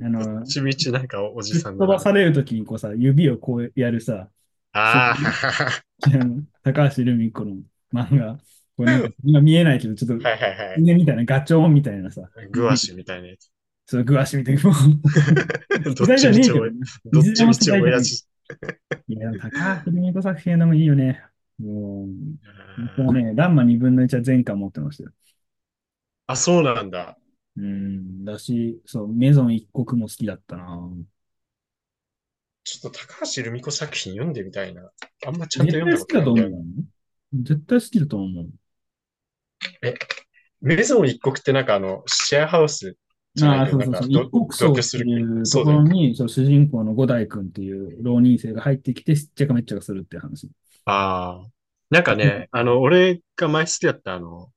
Speaker 2: どっ
Speaker 1: の、
Speaker 2: ちみちなんかおじ
Speaker 1: ぶっ
Speaker 2: さんだ
Speaker 1: 飛ば
Speaker 2: な。
Speaker 1: されるときにこうさ、指をこうやるさ、
Speaker 2: ああ、
Speaker 1: あの高橋留美子の漫画。これなんか今見えないけど、ちょっと、
Speaker 2: はいはいはい。
Speaker 1: ね、みたいな、ガチョウみたいなさ、
Speaker 2: グアシみたいなやつ。
Speaker 1: そのグアシみたいな。もう
Speaker 2: どっちみちおい、どっちみちおやじ。
Speaker 1: いや、高橋留美子作品のもいいよね。もう、もうね、ランマ2分の1は全巻持ってましたよ。
Speaker 2: あ、そうなんだ。
Speaker 1: うん、だし、そう、メゾン一国も好きだったな。
Speaker 2: ちょっと高橋留美子作品読んでみたいな。あんまちゃんと
Speaker 1: 絶
Speaker 2: 読ん
Speaker 1: 対
Speaker 2: だ
Speaker 1: 好
Speaker 2: こ
Speaker 1: き
Speaker 2: と
Speaker 1: だ
Speaker 2: な
Speaker 1: と思
Speaker 2: いんだ
Speaker 1: う
Speaker 2: よ。
Speaker 1: よ。絶対好きだと思う。
Speaker 2: メゾン一国ってなんかあの、シェアハウスじゃ
Speaker 1: あ
Speaker 2: な
Speaker 1: あ、
Speaker 2: いけ
Speaker 1: そ
Speaker 2: ど、
Speaker 1: う
Speaker 2: な
Speaker 1: そう
Speaker 2: んか
Speaker 1: そう。
Speaker 2: ど
Speaker 1: 一国
Speaker 2: 同
Speaker 1: 層
Speaker 2: 居
Speaker 1: っ
Speaker 2: す
Speaker 1: て
Speaker 2: る
Speaker 1: いう
Speaker 2: そ
Speaker 1: とこ
Speaker 2: うだよ
Speaker 1: ろ
Speaker 2: ね。
Speaker 1: に、そう主人公の五代君っていう浪人生が入ってきて、しっちゃかめっちゃかするっていう話。
Speaker 2: ああ。なんか ね、あの、俺が前好きだったあの、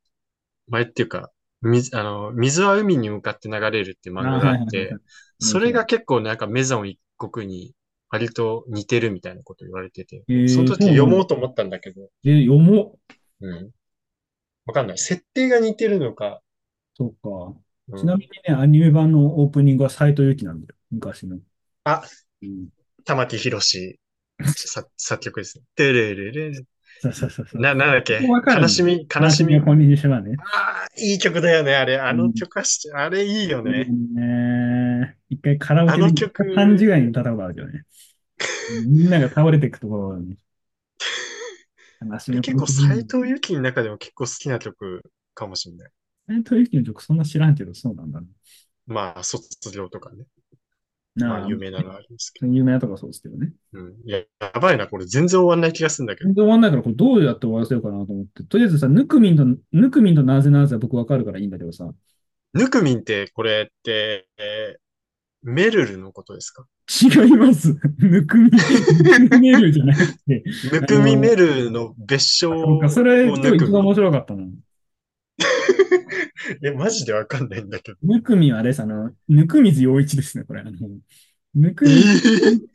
Speaker 2: 前っていうか、水、あの、水は海に向かって流れるっていう漫
Speaker 1: あ
Speaker 2: 画
Speaker 1: あ、
Speaker 2: があ
Speaker 1: はいはい
Speaker 2: っ
Speaker 1: はいは
Speaker 2: て、
Speaker 1: い。
Speaker 2: それが結構なんかメゾン一国に割と似てるみたいなこと言われてて、
Speaker 1: えー
Speaker 2: その
Speaker 1: そ
Speaker 2: 時
Speaker 1: うな
Speaker 2: 読
Speaker 1: んだ
Speaker 2: もうと思ったんだけど、
Speaker 1: で、読もう。
Speaker 2: うん。わかんない。設定が似てるのか、
Speaker 1: そう
Speaker 2: う
Speaker 1: か。
Speaker 2: ん
Speaker 1: ちなみにね、アニメ版のオープニングは斎藤由貴なんだよ。昔の。
Speaker 2: あ、
Speaker 1: うん。
Speaker 2: 玉木宏作 作曲ですね。てれれれれ。
Speaker 1: そうそうそうそう。
Speaker 2: な、なんだっけ
Speaker 1: ここわかるの
Speaker 2: 悲しみ、悲
Speaker 1: 悲
Speaker 2: し
Speaker 1: しみ
Speaker 2: み。
Speaker 1: はこんにちはね。
Speaker 2: ああ、いい曲だよね、あれ。あの曲はし、あれいいよね。
Speaker 1: ねえ一回カラオケで
Speaker 2: あの曲
Speaker 1: 3時ぐらいに歌ったことあるよ ね。みんなが倒れていくところに。悲しみはこ
Speaker 2: 結
Speaker 1: ん
Speaker 2: 構
Speaker 1: にちは
Speaker 2: 斎藤由貴の中でも結構好きな曲かもしれない。
Speaker 1: 斎藤由貴の曲そんな知らんけど、そうなんだね。
Speaker 2: まあ、卒業とかね。
Speaker 1: な
Speaker 2: まあ、有名なのはありますけ
Speaker 1: 有名なとかそうですけどね。
Speaker 2: ど。うん。いや、やばいな、これ全然終わんない気がするんだけど。
Speaker 1: 全然終わんないから、これどうやって終わらせようかなと思って。とりあえずさ、ぬくみんと、ぬくみんとなぜなぜは僕わかるからいいんだけどさ。
Speaker 2: ぬくみんって、これって、えーメルルのことですか
Speaker 1: 違います。 ぬくみん、ぬくみるじゃなくて。
Speaker 2: ぬくみメルルの別称
Speaker 1: そう
Speaker 2: を
Speaker 1: か、それ、
Speaker 2: ぬ
Speaker 1: 今日
Speaker 2: く
Speaker 1: 一番
Speaker 2: みん。
Speaker 1: 面白かったな。
Speaker 2: え、マジでわかんないんだけど。
Speaker 1: ぬくみんはあれさ、あの、ぬくみず陽一ですね、これ。あのぬく
Speaker 2: え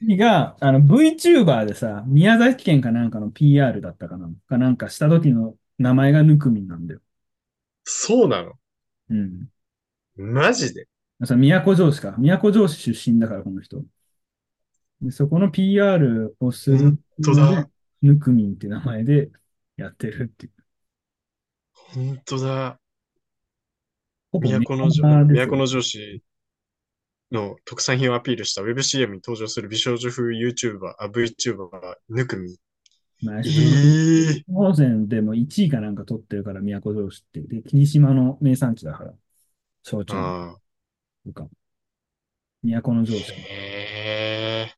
Speaker 1: み
Speaker 2: ー
Speaker 1: が、あの、VTuber でさ、宮崎県かなんかの PR だったかな、かなんかした時の名前がぬくみんなんだよ。
Speaker 2: そうなの
Speaker 1: うん。
Speaker 2: マジで
Speaker 1: その都城市か。都城市出身だから、この人。でそこの PR をする
Speaker 2: 本当だ。
Speaker 1: ぬくみんって名前でやってるっていう。
Speaker 2: 本当だ。
Speaker 1: ほぼ
Speaker 2: 都の
Speaker 1: ネ
Speaker 2: 上
Speaker 1: タですよ
Speaker 2: 都の上司の特産品をアピールした WebCM に登場する美少女風 YouTuber、あ VTuber、ぬくみ。
Speaker 1: まあ
Speaker 2: ええ
Speaker 1: 本線でも1位かなんか取ってるから、都城市って。で、霧島の名産地だから、象徴
Speaker 2: ああ。
Speaker 1: とか。都の城市。
Speaker 2: へえ。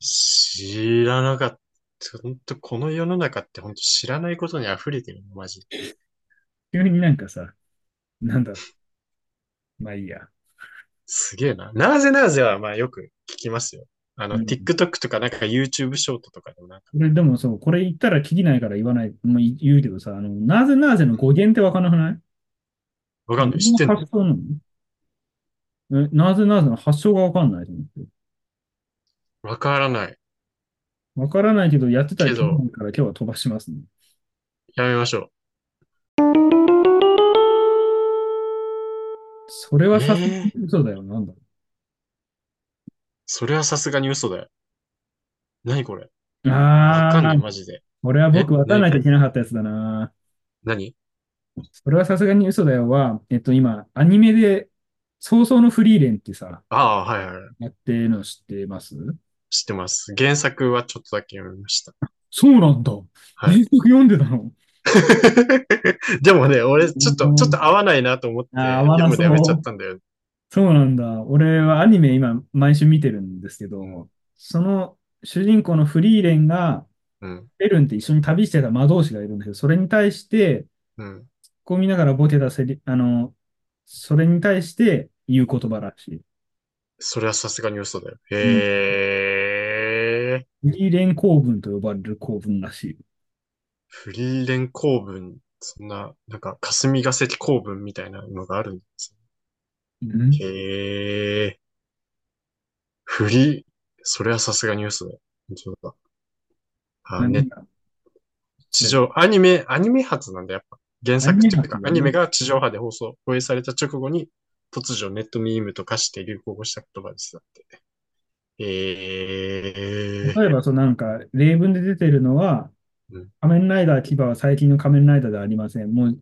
Speaker 2: 知らなかった。本当この世の中って本当知らないことに溢れてるの、マジで。
Speaker 1: 急になんかさ、なんだろう。まあいいや。
Speaker 2: すげえな。なぜなぜは、まあよく聞きますよ。あの、
Speaker 1: うん
Speaker 2: TikTok とかなんか YouTube ショートとかでもなんか。
Speaker 1: これでもそう、これ言ったら聞きないから言わない、もう言うけどさ、あの、なぜなぜの語源ってわからなくない
Speaker 2: わかんない。知ってんの
Speaker 1: 発想なのえなぜなぜの発祥がわかんないと思って。
Speaker 2: わからない。
Speaker 1: わからないけど、やってたり
Speaker 2: けど
Speaker 1: から今日は飛ばしますね。
Speaker 2: やめましょう。
Speaker 1: それはさすが
Speaker 2: ね
Speaker 1: に嘘だよ、なんだろ
Speaker 2: それはさすがに嘘だよ。何これ
Speaker 1: う。
Speaker 2: わかんな
Speaker 1: あ
Speaker 2: い、
Speaker 1: あ、
Speaker 2: マジで。
Speaker 1: これは僕
Speaker 2: え
Speaker 1: わかんないといけなかったやつだな。
Speaker 2: 何
Speaker 1: それはさすがに嘘だよは、えっと今、アニメで、早々のフリーレンってさ、
Speaker 2: ああ、はいはいはい。
Speaker 1: やってるの知ってます
Speaker 2: 知ってます。原作はちょっとだけ読みました。
Speaker 1: そうなんだ。
Speaker 2: は
Speaker 1: 原
Speaker 2: い
Speaker 1: 作読んでたの。
Speaker 2: でもね、俺、ちょっと、ちょっと合わないなと思って、
Speaker 1: あー合わな
Speaker 2: 読
Speaker 1: そう
Speaker 2: むのやめちゃったんだよ。
Speaker 1: そうなんだ。俺はアニメ今毎週見てるんですけど、その主人公のフリーレンが、
Speaker 2: うん。
Speaker 1: エルンって一緒に旅してた魔導士がいるんだけど、それに対して、
Speaker 2: うん。
Speaker 1: こう見ながらボケたセリ、あの、それに対して言う言葉らしい。
Speaker 2: それはさすがに嘘だよ。へえ。
Speaker 1: フリーレン構文と呼ばれる構文らしい。
Speaker 2: フリーレン構文、そんな、なんか、霞が関構文みたいなのがあるんです
Speaker 1: うん
Speaker 2: よ。へえ。フリー、それはさすがに嘘だよ。本当だ。あー、ネッ
Speaker 1: なんか
Speaker 2: 地上、アニメ、アニメ発なんだ、やっぱ。原作っていうか、
Speaker 1: アニメ発だね
Speaker 2: アニメが地上波で放送、放映された直後に、突如ネットミームと化して流行語した言葉です。だって。ええ
Speaker 1: 例えば、そうなんか、例文で出てるのは
Speaker 2: うん、
Speaker 1: 仮面ライダー牙は最近の仮面ライダーではありません。もう、牙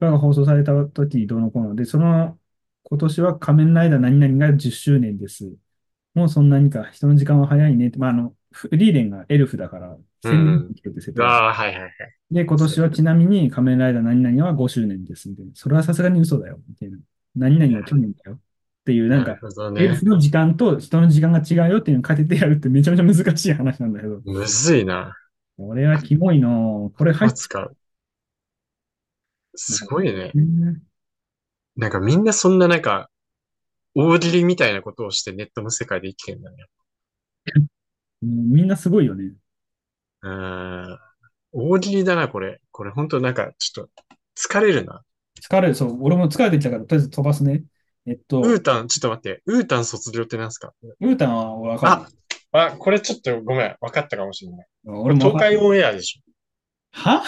Speaker 1: が放送された時どうのこうので、その、今年は仮面ライダー何々が10周年です。もうそんなにか、人の時間は早いねって、まあ、あの、フリーレンがエルフだから、
Speaker 2: う
Speaker 1: 1000
Speaker 2: ん
Speaker 1: 年生きてるって設定
Speaker 2: ああ、はいはいはい。
Speaker 1: で、今年はちなみに仮面ライダー何々は5周年ですみたいな。それはさすがに嘘だよ。みたいな。何々は去年だよ。っていう、なん
Speaker 2: な
Speaker 1: か
Speaker 2: る、ほど
Speaker 1: エル
Speaker 2: ね
Speaker 1: フ。の時間と人の時間が違うよっていうのを変えてやるってめちゃめちゃ難しい話なんだけど。
Speaker 2: むずいな。
Speaker 1: 俺はキモいの。これ入っ
Speaker 2: 扱う。すごいね。
Speaker 1: てね。
Speaker 2: なんかみんなそんななんか、大喜利みたいなことをしてネットの世界で生きてんだね。
Speaker 1: うんみんなすごいよね。
Speaker 2: うーん。大喜利だな、これ。これ本当なんか、ちょっと、疲れるな。
Speaker 1: 疲れる。そう。俺も疲れてきたから、とりあえず飛ばすね。えっと、
Speaker 2: ウータン、ちょっと待って。ウータン卒業ってなんすか
Speaker 1: ウータンは俺わかんない。
Speaker 2: あ、これちょっとごめん。分かったかもしれない。
Speaker 1: 俺もわ
Speaker 2: 東
Speaker 1: かんない
Speaker 2: 海オンエアでしょ。
Speaker 1: は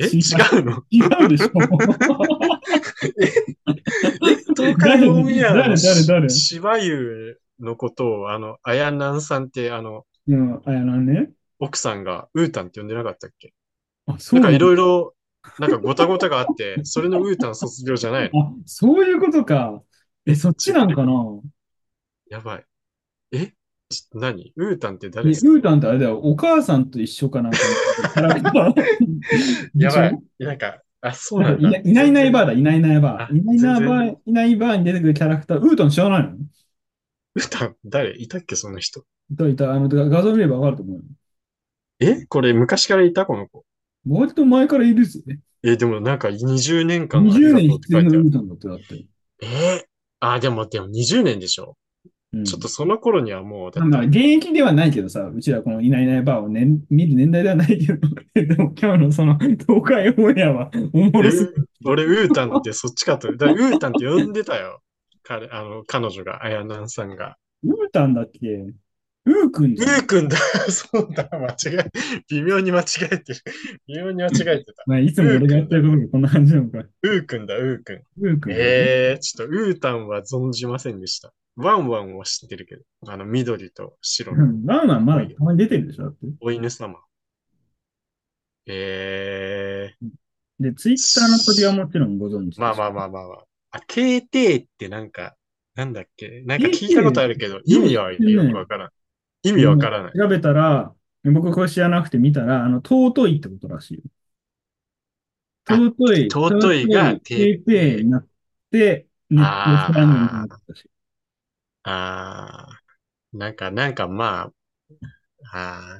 Speaker 2: え
Speaker 1: 違
Speaker 2: 違うの
Speaker 1: 違うでしょ。
Speaker 2: 東海オンエアの
Speaker 1: 誰誰誰
Speaker 2: 芝優のことを、あの、あやなんさんって、あの、
Speaker 1: うん、あやなんね。
Speaker 2: 奥さんがウータンって呼んでなかったっけ
Speaker 1: あ、そう
Speaker 2: な
Speaker 1: ん
Speaker 2: か
Speaker 1: ないんだ
Speaker 2: ろいろ、なんかごたごたがあって、それのウータン卒業じゃないの
Speaker 1: あ、そういうことか。え、そっちなんかな
Speaker 2: やばい。えち何ウータンって
Speaker 1: え
Speaker 2: 誰
Speaker 1: ウ
Speaker 2: ですか
Speaker 1: ータンってあれだよ、お母さんと一緒かなん かのキャラクター
Speaker 2: やば
Speaker 1: でし
Speaker 2: い。なんか、あ、そ
Speaker 1: ょ
Speaker 2: うなんだ。
Speaker 1: いないないないバーだ、いないいないバ
Speaker 2: あ
Speaker 1: ー。いないいないバ
Speaker 2: 全
Speaker 1: ー、いないいバーに出てくるキャラクター、ウータン知らないの
Speaker 2: ウータン、誰いたっけその人。
Speaker 1: いたいた、あの、画像見ればわかると思うよ。
Speaker 2: えこれ昔からいたこの子。
Speaker 1: 割と前からいるぜ。
Speaker 2: え、でもなんか20年間あり
Speaker 1: 20年
Speaker 2: がとうって
Speaker 1: 必
Speaker 2: 書
Speaker 1: 要なウ
Speaker 2: いてある。
Speaker 1: ータンだって、だって。
Speaker 2: えあ、でも、でも20年でしょ
Speaker 1: うん
Speaker 2: ちょっとその頃にはもう、だ
Speaker 1: まあまあ
Speaker 2: っ
Speaker 1: 現
Speaker 2: て、
Speaker 1: 役ではないけどさ、うちらこのいないいないバーを、ね、見る年代ではないけど、 でも今日のその東海オンエアはおもろすぎる。
Speaker 2: 俺、ウータンってそっちかと。だからウータンって呼んでたよ。彼、あの、彼女が、あやなんさんが。
Speaker 1: ウータンだっけウーくん
Speaker 2: ウ
Speaker 1: じゃん
Speaker 2: ーくんだ。 そうだ。間違え、微妙に間違えてる。微妙に間違えてた。
Speaker 1: まあ、いつも俺がやってることがこんな感じなのか。
Speaker 2: ウーくんだ、ウーくん。
Speaker 1: ウーくんだね。
Speaker 2: えー、ちょっとウータンは存じませんでした。ワンワンは知ってるけど、あの、緑と白
Speaker 1: う
Speaker 2: の
Speaker 1: んワンワンまだたまに出てるでしょだって。
Speaker 2: お犬様。え
Speaker 1: で、ツイッターの鳥はもちろんご存知で
Speaker 2: ー、まあまあまあまあまあ。あ、テーテーってなんか、なんだっけなんか聞いたことあるけど、
Speaker 1: ー
Speaker 2: 意味はよくわからん。意味わからない。
Speaker 1: 調べたら、僕これ知らなくて見たら、あの、尊いってことらしいよ。
Speaker 2: あ
Speaker 1: 尊い。
Speaker 2: 尊いが
Speaker 1: テーペーになって、ネットスラングになったらしい。
Speaker 2: あー、なんか、なんかまあ、あ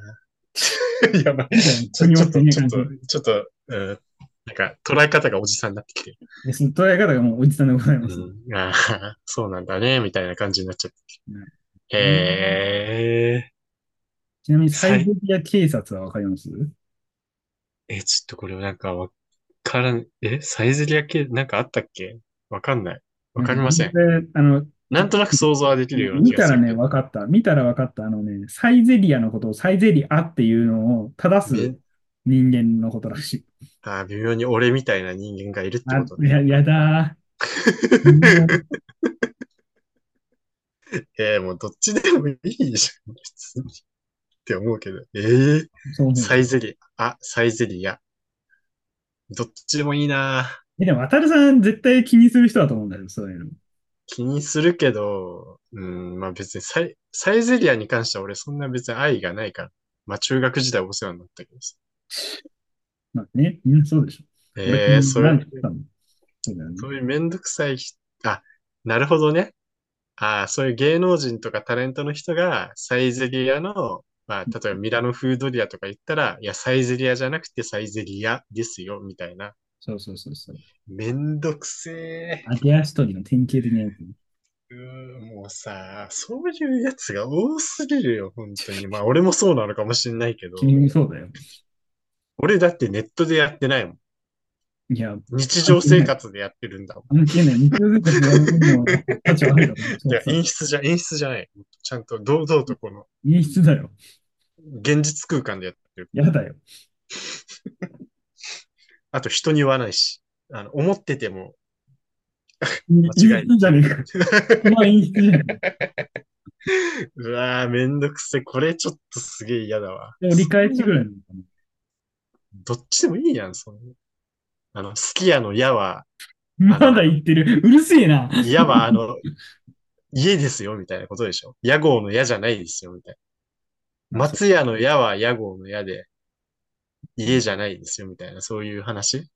Speaker 2: ー。や ばい。ちょちょっと、ちょっと、ちょっと、うん、なんか捉え方がおじさんになってきてる
Speaker 1: でその捉え方がもうおじさんでございます。
Speaker 2: うん、ああ、 そうなんだね、みたいな感じになっちゃって。
Speaker 1: うん
Speaker 2: へえ、
Speaker 1: ちなみにサイベリア警察はわかります
Speaker 2: え、ちょっとこれなんかわからん、え、サイゼリア系なんかあったっけわかんない。わかりません。
Speaker 1: であの、
Speaker 2: なんとなく想像はできるような
Speaker 1: 見
Speaker 2: 気が
Speaker 1: た
Speaker 2: す
Speaker 1: ら
Speaker 2: る
Speaker 1: ね、
Speaker 2: けど。
Speaker 1: 分かった。見たら分かった。あのね、サイゼリアのことをサイゼリアっていうのを正す人間のことらしい。
Speaker 2: ああ、微妙に俺みたいな人間がいるって
Speaker 1: あ
Speaker 2: こと、
Speaker 1: や
Speaker 2: ね。
Speaker 1: やだ
Speaker 2: えー、もうどっちでもいいじゃん、別に。って思うけど。え
Speaker 1: ー。そう
Speaker 2: ー、
Speaker 1: 思う
Speaker 2: サイゼリア、あ、サイゼリア。どっちでもいいな。
Speaker 1: えでも、渡るさん絶対気にする人だと思うんだよ、そういうの。
Speaker 2: 気にするけど、うん、まあ別にサイ、サイゼリアに関しては俺そんな別に愛がないから。まあ中学時代お世話になったけどさ。
Speaker 1: まあね、みんなそうでしょ。
Speaker 2: ええそれ、
Speaker 1: そうだよね
Speaker 2: そういうめんどくさい人、あ、なるほどね。ああ、そういう芸能人とかタレントの人がサイゼリアの、まあ例えばミラノフードリアとか言ったら、いや、サイゼリアじゃなくてサイゼリアですよ、みたいな。
Speaker 1: そうそうそうそう。
Speaker 2: めんどくせえ。
Speaker 1: アゲアストリーの典型的なやつ。
Speaker 2: うーんもうさ、そういうやつが多すぎるよ、本当に。まあ俺もそうなのかもしれないけど。
Speaker 1: 君もそうだよ。
Speaker 2: 俺だってネットでやってないもん。
Speaker 1: いや、
Speaker 2: 日常生活でやってるんだもん。
Speaker 1: 関係ない。日常生活のも立場あるから
Speaker 2: いや、
Speaker 1: そう
Speaker 2: 演出じゃ、演出じゃない。ちゃんと堂々とこの
Speaker 1: 演出だよ。
Speaker 2: 現実空間でやってる。
Speaker 1: やだよ。
Speaker 2: あと人に言わないし。あの、思ってても。
Speaker 1: 演
Speaker 2: 間違い
Speaker 1: 出じゃねえか。お前演出じゃねえか。
Speaker 2: うわぁ、めんどくせえ。これちょっとすげえ嫌だわ。
Speaker 1: で折り返しぐらいなのかな。
Speaker 2: どっちでもいいやん、そんな。あの、すき家の矢は、
Speaker 1: まだ言ってる。うるせえな。
Speaker 2: 矢はあの、家ですよ、みたいなことでしょ。屋号の矢じゃないですよ、みたいな。松屋の矢は屋号の矢で、家じゃないですよ、みたいな、そういう話。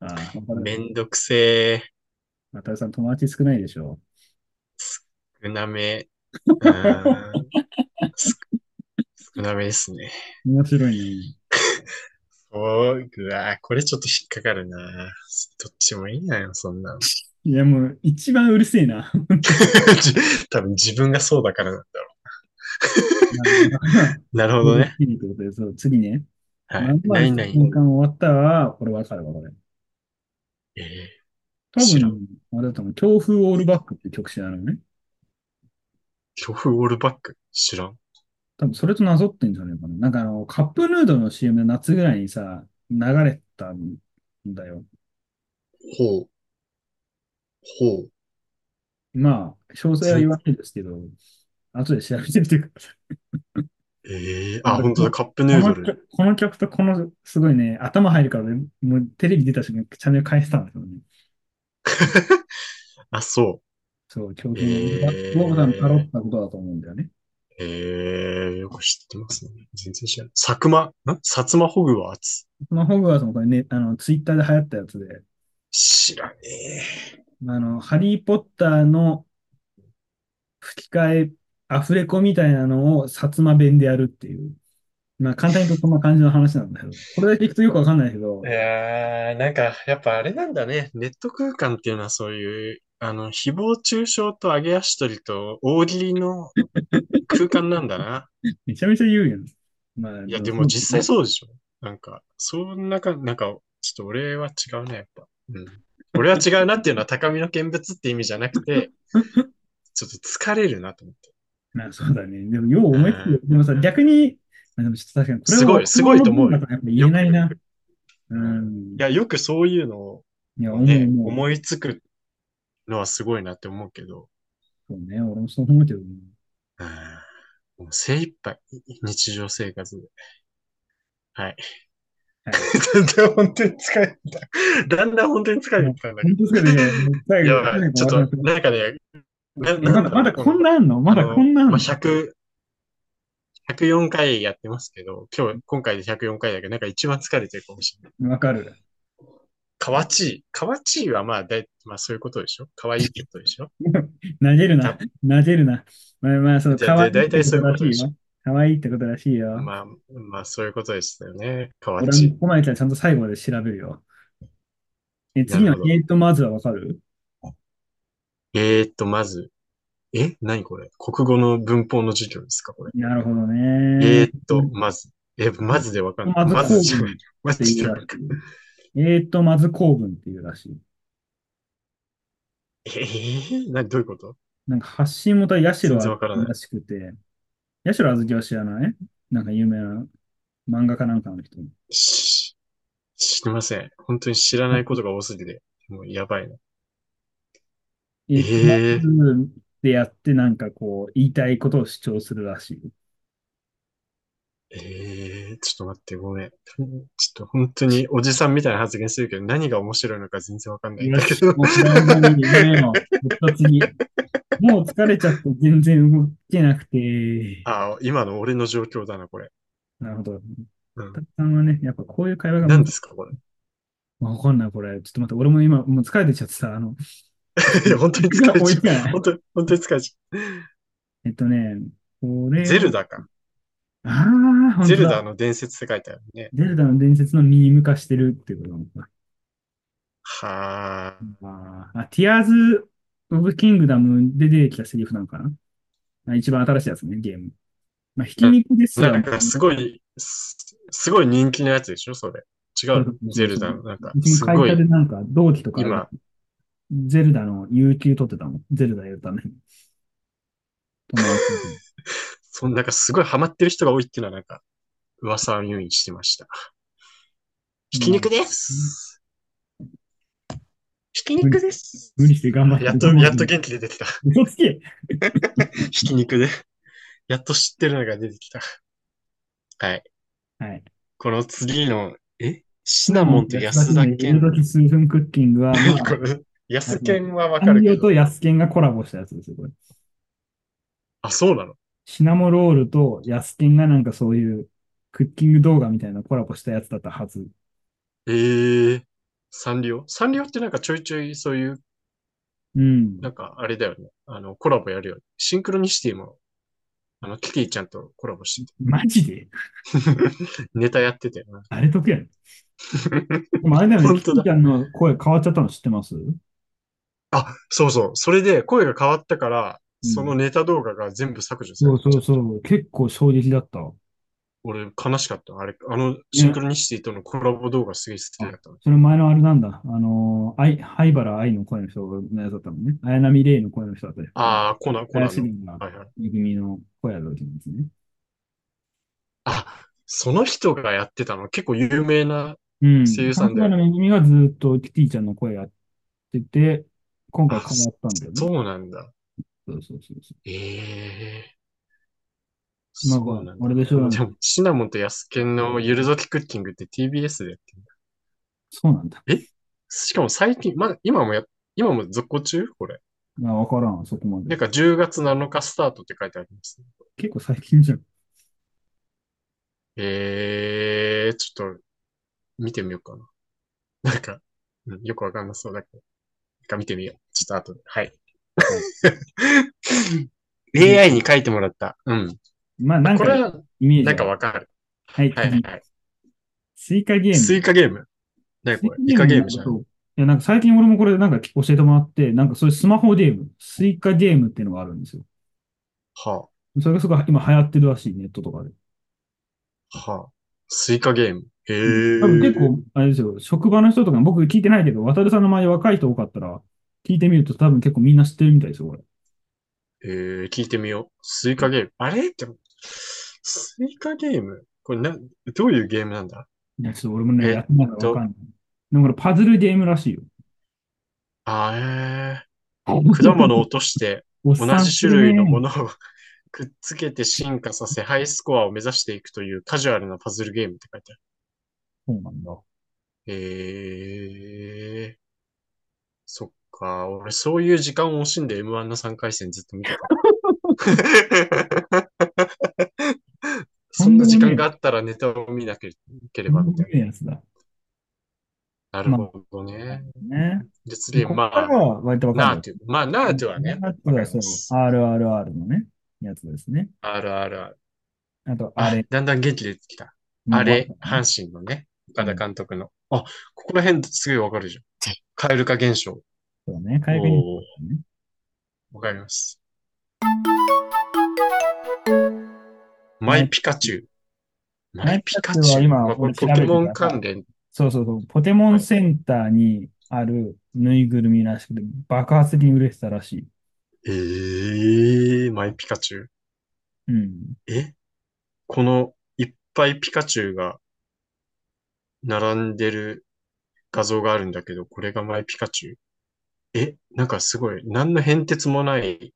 Speaker 1: ああ、
Speaker 2: めんどくせえ。
Speaker 1: 渡るさん友達少ないでしょ。
Speaker 2: 少なめ。うーんす少なめですね。
Speaker 1: 面白い
Speaker 2: おー、うわーこれちょっと引っかかるな。どっちもいいなよ、そん なの。
Speaker 1: ね。いや、もう一番うるせえ な。
Speaker 2: 多分自分がそうだからなんだろう。なるほどね。
Speaker 1: いいってことでそう次ね。
Speaker 2: はい。
Speaker 1: まあ
Speaker 2: ないない。
Speaker 1: 瞬間終わったわ。これわかるわ、これ。
Speaker 2: えー
Speaker 1: 多
Speaker 2: 知らん
Speaker 1: 分、あれだと思う。強風オールバックって曲詞なのね。
Speaker 2: 強風オールバック知らん。
Speaker 1: 多分それとなぞってんじゃないかな。なんかあの、カップヌードルの CM で夏ぐらいにさ、流れたんだよ。
Speaker 2: ほう。ほう。
Speaker 1: まあ、詳細は言わないですけど、後で調べてみてください。
Speaker 2: ええあ、本当だ、カップヌー
Speaker 1: この
Speaker 2: ドル。
Speaker 1: 曲この曲とこの、すごいね、頭入るからね、もうテレビ出た瞬間、チャンネル変えてたんだけどね。
Speaker 2: あ、そ
Speaker 1: そう、強風
Speaker 2: へー
Speaker 1: オールバックを多分パロったことだと思うんだよね。
Speaker 2: う。ええよく知ってますね。全然知らない。佐久間、ん薩摩ホグワーツ。
Speaker 1: まあ、ホグワーツもこれね、あの、ツイッターで流行ったやつで、
Speaker 2: 知らねえ。
Speaker 1: あの、ハリー・ポッターの吹き替え、アフレコみたいなのを薩摩弁でやるっていう。まあ、簡単に言うとこんな感じの話なんだけど、これだけ聞くとよくわかんないけど
Speaker 2: い、やー、なんか、やっぱあれなんだね。ネット空間っていうのはそういう、あの、誹謗中傷と上げ足取りと大喜利の空間なんだな。
Speaker 1: めちゃめちゃ言うやん。まあ、
Speaker 2: いや、でも実際そうでしょ。なんか、そんなか、なんか、ちょっと俺は違うな、やっぱ。うん。俺は違うなっていうのは高みの見物って意味じゃなく て、ちょっと疲れるなと思って。
Speaker 1: まあそうだね。でも、よう思いつくよ。でもさ、逆に、まあでもちょっと確かに、これは
Speaker 2: すごいすごいと思う
Speaker 1: や
Speaker 2: よ
Speaker 1: っぱ言えないな。う
Speaker 2: うんい。や、よくそういうのを
Speaker 1: いや、思う
Speaker 2: ね、
Speaker 1: 思う。
Speaker 2: 思いつくのはすごいなって思うけど、
Speaker 1: そうね。俺もそう思うけどね。
Speaker 2: うんもう精一杯、日常生活で。はい。
Speaker 1: は
Speaker 2: だんだん本当に疲れた。 だんだん本当に疲れてきたんだけ
Speaker 1: 本当ですけどね、最
Speaker 2: ど。
Speaker 1: 後
Speaker 2: やばい。ちょっと、なんかね、な
Speaker 1: まだ、まだこんなあんのまだこんなあん
Speaker 2: ま
Speaker 1: の
Speaker 2: あ、100、104回やってますけど、今日、今回で104回だけど、なんか一番疲れてるかもしれない。
Speaker 1: わかる。
Speaker 2: かわちい。かわちいはまあ、だい、まあそういうことでしょかわいいってことでし ょ
Speaker 1: なげるな。なげるな。まあまあ、そう、
Speaker 2: じゃあ
Speaker 1: かわいい
Speaker 2: 大
Speaker 1: って
Speaker 2: 体
Speaker 1: こ
Speaker 2: そ
Speaker 1: と
Speaker 2: ういうこ
Speaker 1: ら
Speaker 2: と
Speaker 1: し
Speaker 2: で
Speaker 1: い
Speaker 2: しょ
Speaker 1: よ。かわいいってことらしいよ。
Speaker 2: まあ、まあそういうことでしたよね。かわ
Speaker 1: 俺
Speaker 2: ちい。
Speaker 1: もこまいちゃんちゃんと最後まで調べるよ。え、次
Speaker 2: な
Speaker 1: の
Speaker 2: るほど
Speaker 1: えーと、まずはわかる
Speaker 2: えーっと、まず、え何これ国語の文法の授業ですかこれ。
Speaker 1: なるほど
Speaker 2: えー
Speaker 1: ね
Speaker 2: っ。と、まず。え、まずでわかんない。ま
Speaker 1: まず
Speaker 2: ず
Speaker 1: 公
Speaker 2: じゃな
Speaker 1: 文っ
Speaker 2: い。ま
Speaker 1: て
Speaker 2: ず
Speaker 1: い
Speaker 2: で
Speaker 1: う
Speaker 2: わ
Speaker 1: ら
Speaker 2: か
Speaker 1: し
Speaker 2: んない
Speaker 1: い。えーと、まず公文っていうらしい。
Speaker 2: えー、何どういうこと
Speaker 1: なんか発信元はヤシロ
Speaker 2: 全然わからない
Speaker 1: らしくて、ヤシロあずきは知らないなんか有名な漫画家なんかの人。
Speaker 2: し知りません。本当に知らないことが多すぎて、もうやばいな。
Speaker 1: え
Speaker 2: えー
Speaker 1: ー、でやってなんかこう、言いたいことを主張するらしい。
Speaker 2: ええちょっと待って、ごめん。ちょっと本当におじさんみたいな発言するけど、何が面白いのか全然わかんないんだけど。
Speaker 1: もう本当にやめよう唐突にもう疲れちゃって全然動けなくて。
Speaker 2: ああ、今の俺の状況だな、これ。
Speaker 1: なるほど。
Speaker 2: うん
Speaker 1: たくさんはね、やっぱこういう会話が
Speaker 2: 何ですか、これ。
Speaker 1: わかんない、これ。ちょっと待って、俺も今、もう疲れてきちゃってさ、あの、
Speaker 2: いや本当に疲れ
Speaker 1: 追い
Speaker 2: ち
Speaker 1: つか
Speaker 2: ゃ
Speaker 1: な
Speaker 2: う。
Speaker 1: い
Speaker 2: 本当に、本当に疲れち
Speaker 1: えっとね、こ
Speaker 2: ゃ
Speaker 1: れ
Speaker 2: う。
Speaker 1: を
Speaker 2: ゼル。ダか。
Speaker 1: ああ、本当
Speaker 2: ゼル
Speaker 1: だ
Speaker 2: ダの伝説って書いてあるね。
Speaker 1: ゼルダの伝説のミーム化してるっていうことなのか
Speaker 2: はあ。
Speaker 1: な。あ、ティアーズ・オブ・キングダムで出てきたセリフなのかなあ一番新しいやつね、ゲーム。まあ、ひき肉ですよ
Speaker 2: なんかすごい、すすごい人気のやつでしょ、それ。違
Speaker 1: そううそうそう。
Speaker 2: ゼルダの、なんか、
Speaker 1: うちの
Speaker 2: す
Speaker 1: 会
Speaker 2: ご
Speaker 1: 社で
Speaker 2: い、
Speaker 1: なんか、同期とか、
Speaker 2: 今、
Speaker 1: ゼルダの有給取ってたもん。ゼルダやるために。友達と
Speaker 2: そんなんかすごいハマってる人が多いっていうのは、なんか、噂を入院してました。ひき肉です。ひき肉です。
Speaker 1: 無理して頑張って。
Speaker 2: やっと、やっと元気出てきた。
Speaker 1: 嘘つけ
Speaker 2: ひき肉で。やっと知ってるのが出てきた。はい。
Speaker 1: はい。
Speaker 2: この次の、えシナモンと安田
Speaker 1: 犬
Speaker 2: 健。
Speaker 1: の数分クッキ ングは、ま
Speaker 2: こ
Speaker 1: あ、
Speaker 2: れ、安健はわか
Speaker 1: 安
Speaker 2: るけ
Speaker 1: 藤と
Speaker 2: ど。
Speaker 1: 安健がコラボしたやつですよ、これ。
Speaker 2: あ、そうなの
Speaker 1: シナモロールと安健がなんかそういうクッキング動画みたいなコラボしたやつだったはず。
Speaker 2: ええサンリオサンリオってなんかちょいちょいそういう、
Speaker 1: うん。
Speaker 2: なんかあれだよね。あの、コラボやるよね。シンクロニシティも、あの、キティちゃんとコラボして
Speaker 1: マジで
Speaker 2: て。ネタやってたよな。
Speaker 1: あれ得 やん。でもあれだよね、
Speaker 2: 本
Speaker 1: キテ
Speaker 2: 当だ
Speaker 1: ィちゃんの声変わっちゃったの知ってます
Speaker 2: あ、そうそう。それで声が変わったから、
Speaker 1: うん
Speaker 2: そのネタ動画が全部削除され
Speaker 1: そう
Speaker 2: ち
Speaker 1: そう
Speaker 2: ゃった。
Speaker 1: そう。結構衝撃だったわ。
Speaker 2: 俺、悲しかった。あれ、あの、シンクロニシティとのコラボ動画すげえ好きだったの。
Speaker 1: その前のあれなんだ。あのー、愛、灰原愛の声の人のやつだったもんね。綾波レイの声の人だった
Speaker 2: あ
Speaker 1: あ、
Speaker 2: あ、コナン、コナン
Speaker 1: 林
Speaker 2: の。
Speaker 1: 凛が、
Speaker 2: はいはい。
Speaker 1: めぐみの声だった時ですね。
Speaker 2: あ、その人がやってたの。結構有名な、
Speaker 1: うん。
Speaker 2: 声優さんだよ
Speaker 1: 灰
Speaker 2: ね
Speaker 1: 原めぐみがずっとキティちゃんの声やってて、今回
Speaker 2: あ、
Speaker 1: 変わったんだよね。
Speaker 2: そうなんだ。
Speaker 1: そうそうそうそ
Speaker 2: ええ
Speaker 1: まあ
Speaker 2: そうなんだ
Speaker 1: あれでしょうね
Speaker 2: でも、シナモンとヤスケンのゆるぞきクッキングって TBS でやってるんだ。
Speaker 1: う。そうなんだ。
Speaker 2: しかも最近、まだ今もや、今も続行中これ。
Speaker 1: あ、わからん、そこま
Speaker 2: なん
Speaker 1: で。
Speaker 2: か10月7日スタートって書いてありますね。
Speaker 1: 結構最近じゃん。
Speaker 2: ええちょっと、見てみようかな。なんか、うんよくわかんなそうだけど。なんか見てみよう。ちょっと後で。はい。AI に書いてもらった。うん。
Speaker 1: まあ、なん
Speaker 2: これ
Speaker 1: か、
Speaker 2: は、
Speaker 1: イメージ
Speaker 2: なんか
Speaker 1: は。
Speaker 2: わかる。
Speaker 1: はい、
Speaker 2: はいはい
Speaker 1: 次。
Speaker 2: はい。
Speaker 1: スイカゲーム。
Speaker 2: スイカゲーム。何これイカゲームじゃん。
Speaker 1: そういや、なんか最近俺もこれなんか教えてもらって、なんかそういうスマホゲーム、スイカゲームっていうのがあるんですよ。
Speaker 2: は
Speaker 1: それがすごい今流行ってるらしい、ネットとかで。
Speaker 2: あ、はあ。スイカゲーム。へえ。
Speaker 1: 多分結構、あれですよ、職場の人とか、僕聞いてないけど、渡さんの周り若い人多かったら、聞いてみると多分結構みんな知ってるみたいですよ、これ。
Speaker 2: えー、聞いてみよう。スイカゲーム。あれって、スイカゲームこれな、どういうゲームなんだ
Speaker 1: いや、ちょっと俺もね、
Speaker 2: え
Speaker 1: やってないからわかんない。でもこれパズルゲームらしいよ。
Speaker 2: あーえー、 果物を落として、
Speaker 1: おっ
Speaker 2: 同
Speaker 1: さん
Speaker 2: じ種類のも
Speaker 1: の。
Speaker 2: のを くっつけて進化させ、ハイスコアを目指していくというカジュアルなパズルゲームって書いてある。
Speaker 1: そうなんだ。
Speaker 2: ええー、そっか。俺、そういう時間を惜しんで M1 の3回戦ずっと見てた。 そんな時間があったらネタを見なければみたい
Speaker 1: いいやつだ。
Speaker 2: な。なるほどね。
Speaker 1: ね。
Speaker 2: で、次、
Speaker 1: ここ
Speaker 2: ま
Speaker 1: から
Speaker 2: あ、
Speaker 1: は割とわかん
Speaker 2: ナ
Speaker 1: ない
Speaker 2: ートゥ。まあ、ナートゥはね、
Speaker 1: あとはそう、RRR のね、やつですね。
Speaker 2: あるあるある。
Speaker 1: あと、あ
Speaker 2: あ
Speaker 1: れ。
Speaker 2: だんだん元気出てきた。あれ、阪神のね、岡田監督の。あ、ここら辺すごいわかるじゃん。カエル化現象。
Speaker 1: そうね、海外に。
Speaker 2: おー
Speaker 1: ね
Speaker 2: わかります。マイピカチュウ。マイピカチ
Speaker 1: マイピカチュウは今
Speaker 2: ュウ。まあこ
Speaker 1: 俺
Speaker 2: れ
Speaker 1: 調
Speaker 2: ポ
Speaker 1: べて
Speaker 2: ケ
Speaker 1: る
Speaker 2: モン関連。
Speaker 1: そうそうそう、ポケモンセンターにあるぬいぐるみらしくて、爆発的に売れてたらしい。
Speaker 2: ええマイピカチュウ。
Speaker 1: うん。
Speaker 2: えこのいっぱいピカチュウが並んでる画像があるんだけど、これがマイピカチュウ。えなんかすごい、何の変哲もない、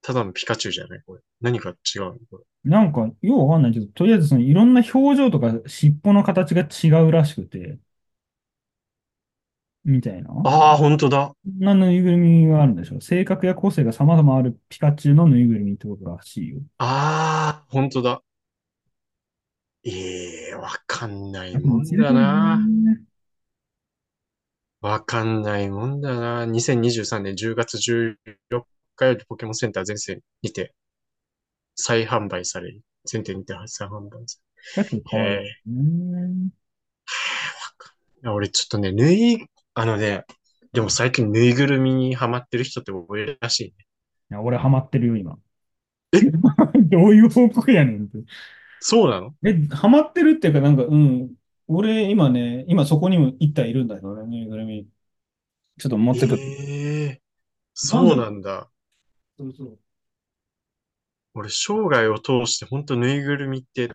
Speaker 2: ただのピカチュウじゃないこれ。何か違うのこれ。
Speaker 1: なんか、ようわかんないけど、とりあえずそのいろんな表情とか尻尾の形が違うらしくて、みたいな。
Speaker 2: ああ、本当だ。
Speaker 1: そんなぬいぐるみがあるんでしょ。性格や個性が様々あるピカチュウのぬいぐるみってことらしいよ。
Speaker 2: ああ、本当だ。ええわかんないもん
Speaker 1: 忘れ
Speaker 2: だ
Speaker 1: てる
Speaker 2: な。
Speaker 1: ね
Speaker 2: わかんないもんだな。2023年10月14日よりポケモンセンター全線にて再販売される。全店にて再販売さ
Speaker 1: だけど可愛いですね。
Speaker 2: れる。俺ちょっとね、ぬい、あのね、でも最近ぬいぐるみにハマってる人って多いらしいね。
Speaker 1: いや、俺ハマってるよ、今。
Speaker 2: え
Speaker 1: どういう報告やねんって。
Speaker 2: そうなの
Speaker 1: え、ハマってるっていうか、なんか、うん。俺、今ね、今そこにも一体いるんだけどね、ぬいぐるみ。ちょっと持ってくる。
Speaker 2: ええそうなんだ。
Speaker 1: そうそう。
Speaker 2: 俺、生涯を通して、ほんとぬいぐるみって、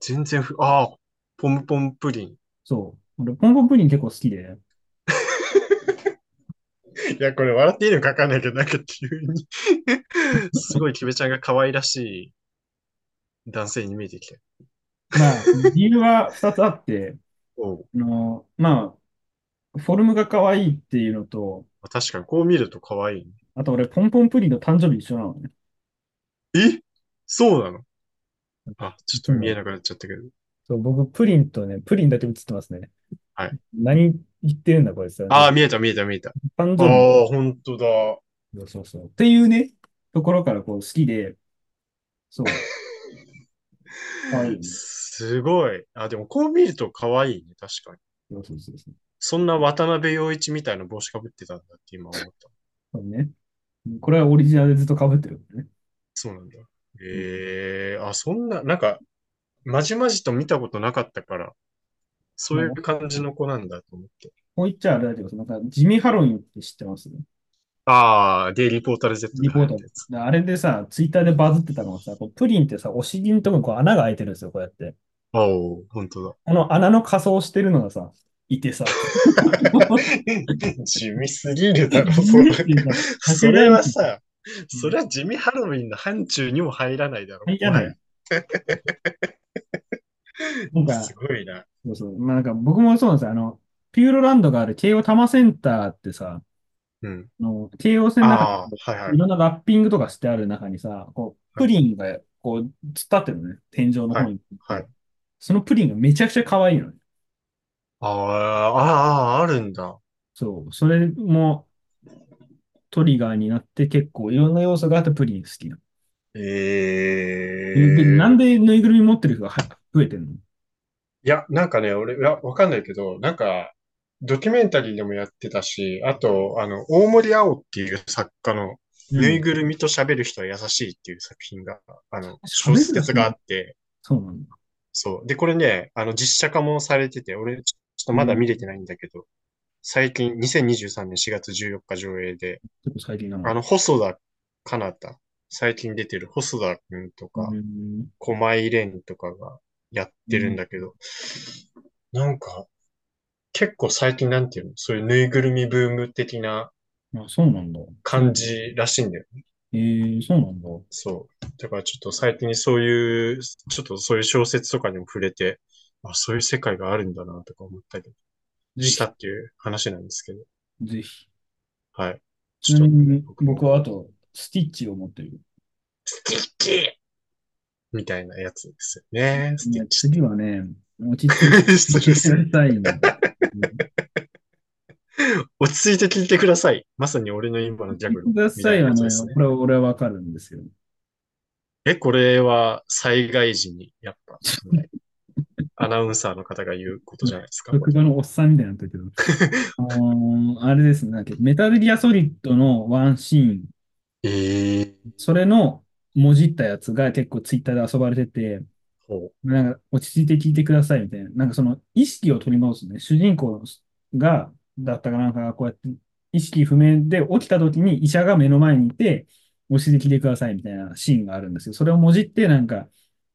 Speaker 2: 全然ふ、ああ、ポムポムプリン。
Speaker 1: そう。俺、ポンポンプリン結構好きで。
Speaker 2: いや、これ笑っていいのかわかんないけど、なんか急に すごいキベちゃんが可愛らしい男性に見えてきた。
Speaker 1: まあ、理由は2つあって、
Speaker 2: おう
Speaker 1: あの、まあ、フォルムが可愛いっていうのと、
Speaker 2: 確かにこう見ると可愛いね。
Speaker 1: あと俺、ポンポンプリンの誕生日一緒なのね。
Speaker 2: えそうなのあ、ちょっと見えなくなっちゃったけど。
Speaker 1: そう、僕、プリンとね、プリンだけ映ってますね。
Speaker 2: はい。
Speaker 1: 何言ってるんだ、こいつは。
Speaker 2: ああ、見えた見えた見えた。
Speaker 1: 誕
Speaker 2: ああ
Speaker 1: 生日。、
Speaker 2: 本当だ。
Speaker 1: そうそうそう。っていうね、ところからこう好きで、 そう。可愛いね
Speaker 2: すごい。あ、でもこう見ると可愛いね。確かに。
Speaker 1: そうそうそうそう。
Speaker 2: そんな渡辺陽一みたいな帽子かぶってたんだって今思った。
Speaker 1: そうね。これはオリジナルでずっと被ってるんだね。
Speaker 2: そうなんだ。ええあ、そんな、なんか、まじまじと見たことなかったから、そういう感じの子なんだと思って。
Speaker 1: こう言っちゃあれだけど、なんか、地味ハロウィンって知ってます
Speaker 2: ああ、で、リポータル Z で入ったやつ。
Speaker 1: あれでさ、ツイッターでバズってたのがさ、こうプリンってさ、お尻のとこにこう穴が開いてるんですよ、こうやって。
Speaker 2: ああ、本当だ。
Speaker 1: あの穴の仮装してるのがさ、いてさ。
Speaker 2: 地味すぎるだろ、 そんな それは さ、それは地味ハロウィンの範疇にも入らないだろ。
Speaker 1: 入らない
Speaker 2: もは
Speaker 1: なんか
Speaker 2: や、すごいな。
Speaker 1: そうそう。まあなんか僕もそうなんですよ。あの、ピューロランドがある慶応多摩センターってさ、
Speaker 2: うん。
Speaker 1: あの京王線の中
Speaker 2: ああ、はいはい
Speaker 1: ろんなラッピングとかしてある中にさ、こう、プリンがこう、突っ立ってるのね、天井の方に。
Speaker 2: はいはい
Speaker 1: そのプリンがめちゃくちゃ可愛いのね。
Speaker 2: ああ、ああ、あるんだ。
Speaker 1: そう、それもトリガーになって結構いろんな要素があってプリン好きなの。
Speaker 2: ええ
Speaker 1: でなんでぬいぐるみ持ってる人がは増えてんの
Speaker 2: いや、なんかね、俺、いやわかんないけど、なんか、ドキュメンタリーでもやってたし、あと、あの、大森青っていう作家の、ぬいぐるみと喋る人は優しいっていう作品が、あの、小説があって、
Speaker 1: そうなんだ。
Speaker 2: そう。で、これね、あの、実写化もされてて、俺、ちょちょっとまだ見れてないんだけど、最近、2023年4月14日上映で、
Speaker 1: 結構最近なの。
Speaker 2: あの、細田かなた、最近出てる細田くんとか
Speaker 1: う、ん
Speaker 2: 狛井蓮とかがやってるんだけど、なんか、結構最近なんていうのそういうぬいぐるみブーム的な
Speaker 1: あ、そうなんだ。
Speaker 2: 感じらしいんだよね。
Speaker 1: えー、そうなんだ。
Speaker 2: そう。だからちょっと最近そういう、ちょっとそういう小説とかにも触れて、あ、そういう世界があるんだなとか思ったり
Speaker 1: ぜ
Speaker 2: し
Speaker 1: ひ
Speaker 2: た、っていう話なんですけど。
Speaker 1: ぜひ。
Speaker 2: はい。
Speaker 1: ち
Speaker 2: ち
Speaker 1: な
Speaker 2: ょっと、
Speaker 1: みに僕はあと、スティッチを持ってる。
Speaker 2: スティッチみたいなやつですよね。ス
Speaker 1: い
Speaker 2: ティ
Speaker 1: や
Speaker 2: ッチ。
Speaker 1: 次はね、落ち着いて
Speaker 2: 失礼する
Speaker 1: くださいね。
Speaker 2: 落ち着いて聞いてください。まさに俺の今のギャグ
Speaker 1: くださいは
Speaker 2: みたな
Speaker 1: ね
Speaker 2: やつですね、
Speaker 1: これ俺はわかるんですよ。
Speaker 2: え、これは災害時に、やっ ぱ、アナウンサーの方が言うことじゃないですか。こ
Speaker 1: 職
Speaker 2: れ
Speaker 1: 場のおっさんみたいになった けど。あのーあれですね、なんだっけメタルギアソリッドのワンシーン、
Speaker 2: ええ
Speaker 1: それのもじったやつが結構ツイッターで遊ばれてて、
Speaker 2: ほう。
Speaker 1: なんか落ち着いて聞いてくださいみたいな、なんかその意識を取り戻すね、主人公が、だったかなんかがこうやって意識不明で起きた時に医者が目の前にいて、落ち着いて聞いてくださいみたいなシーンがあるんですよ。それをもじって、なんか、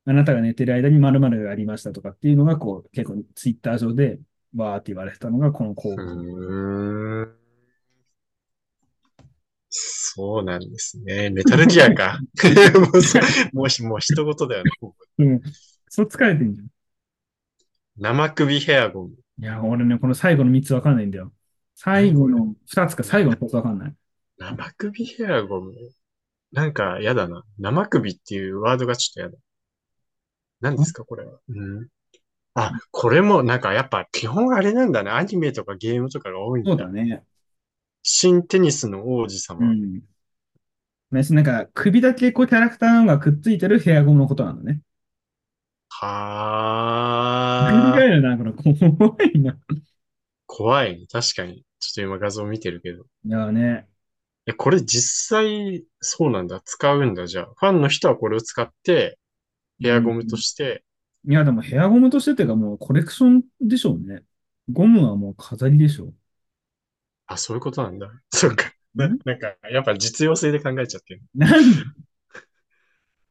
Speaker 1: あなたが寝てる間に〇〇がありましたとかっていうのが、こう、結構ツイッター上で、わーって言われてたのが、この項目。
Speaker 2: うーん。そうなんですね。メタルギアか。もうそ、もうひ、もう一言だよね。
Speaker 1: うん。そう疲れてんじゃん。
Speaker 2: 生首ヘアゴム。
Speaker 1: いや、俺ね、この最後の3つわかんないんだよ。最後の2つか最後の2つわかんない。
Speaker 2: 生首ヘアゴム。なんか、やだな。生首っていうワードがちょっとやだ。何ですか、これは。うん。あ、これも、なんか、やっぱ、基本あれなんだね。アニメとかゲームとかが多いんだ
Speaker 1: そう
Speaker 2: ね
Speaker 1: だね。
Speaker 2: 新テニスの王子
Speaker 1: う
Speaker 2: 様。
Speaker 1: ん。私なんか、首だけこうキャラクターのがくっついてるヘアゴムのことなのね。
Speaker 2: は
Speaker 1: 考え
Speaker 2: あ、
Speaker 1: るな、これ、怖いな。
Speaker 2: 怖いね。確かに。ちょっと今画像見てるけど。
Speaker 1: いやね、
Speaker 2: え、これ実際、そうなんだ。使うんだ、じゃあ。ファンの人はこれを使って、ヘアゴムとして、
Speaker 1: いや、でもヘアゴムとしてっていうか、もうコレクションでしょうね。ゴムはもう飾りでしょう。
Speaker 2: あ、そういうことなんだ。 そうか。な、
Speaker 1: ん
Speaker 2: なんか、やっぱ実用性で考えちゃってる。
Speaker 1: なん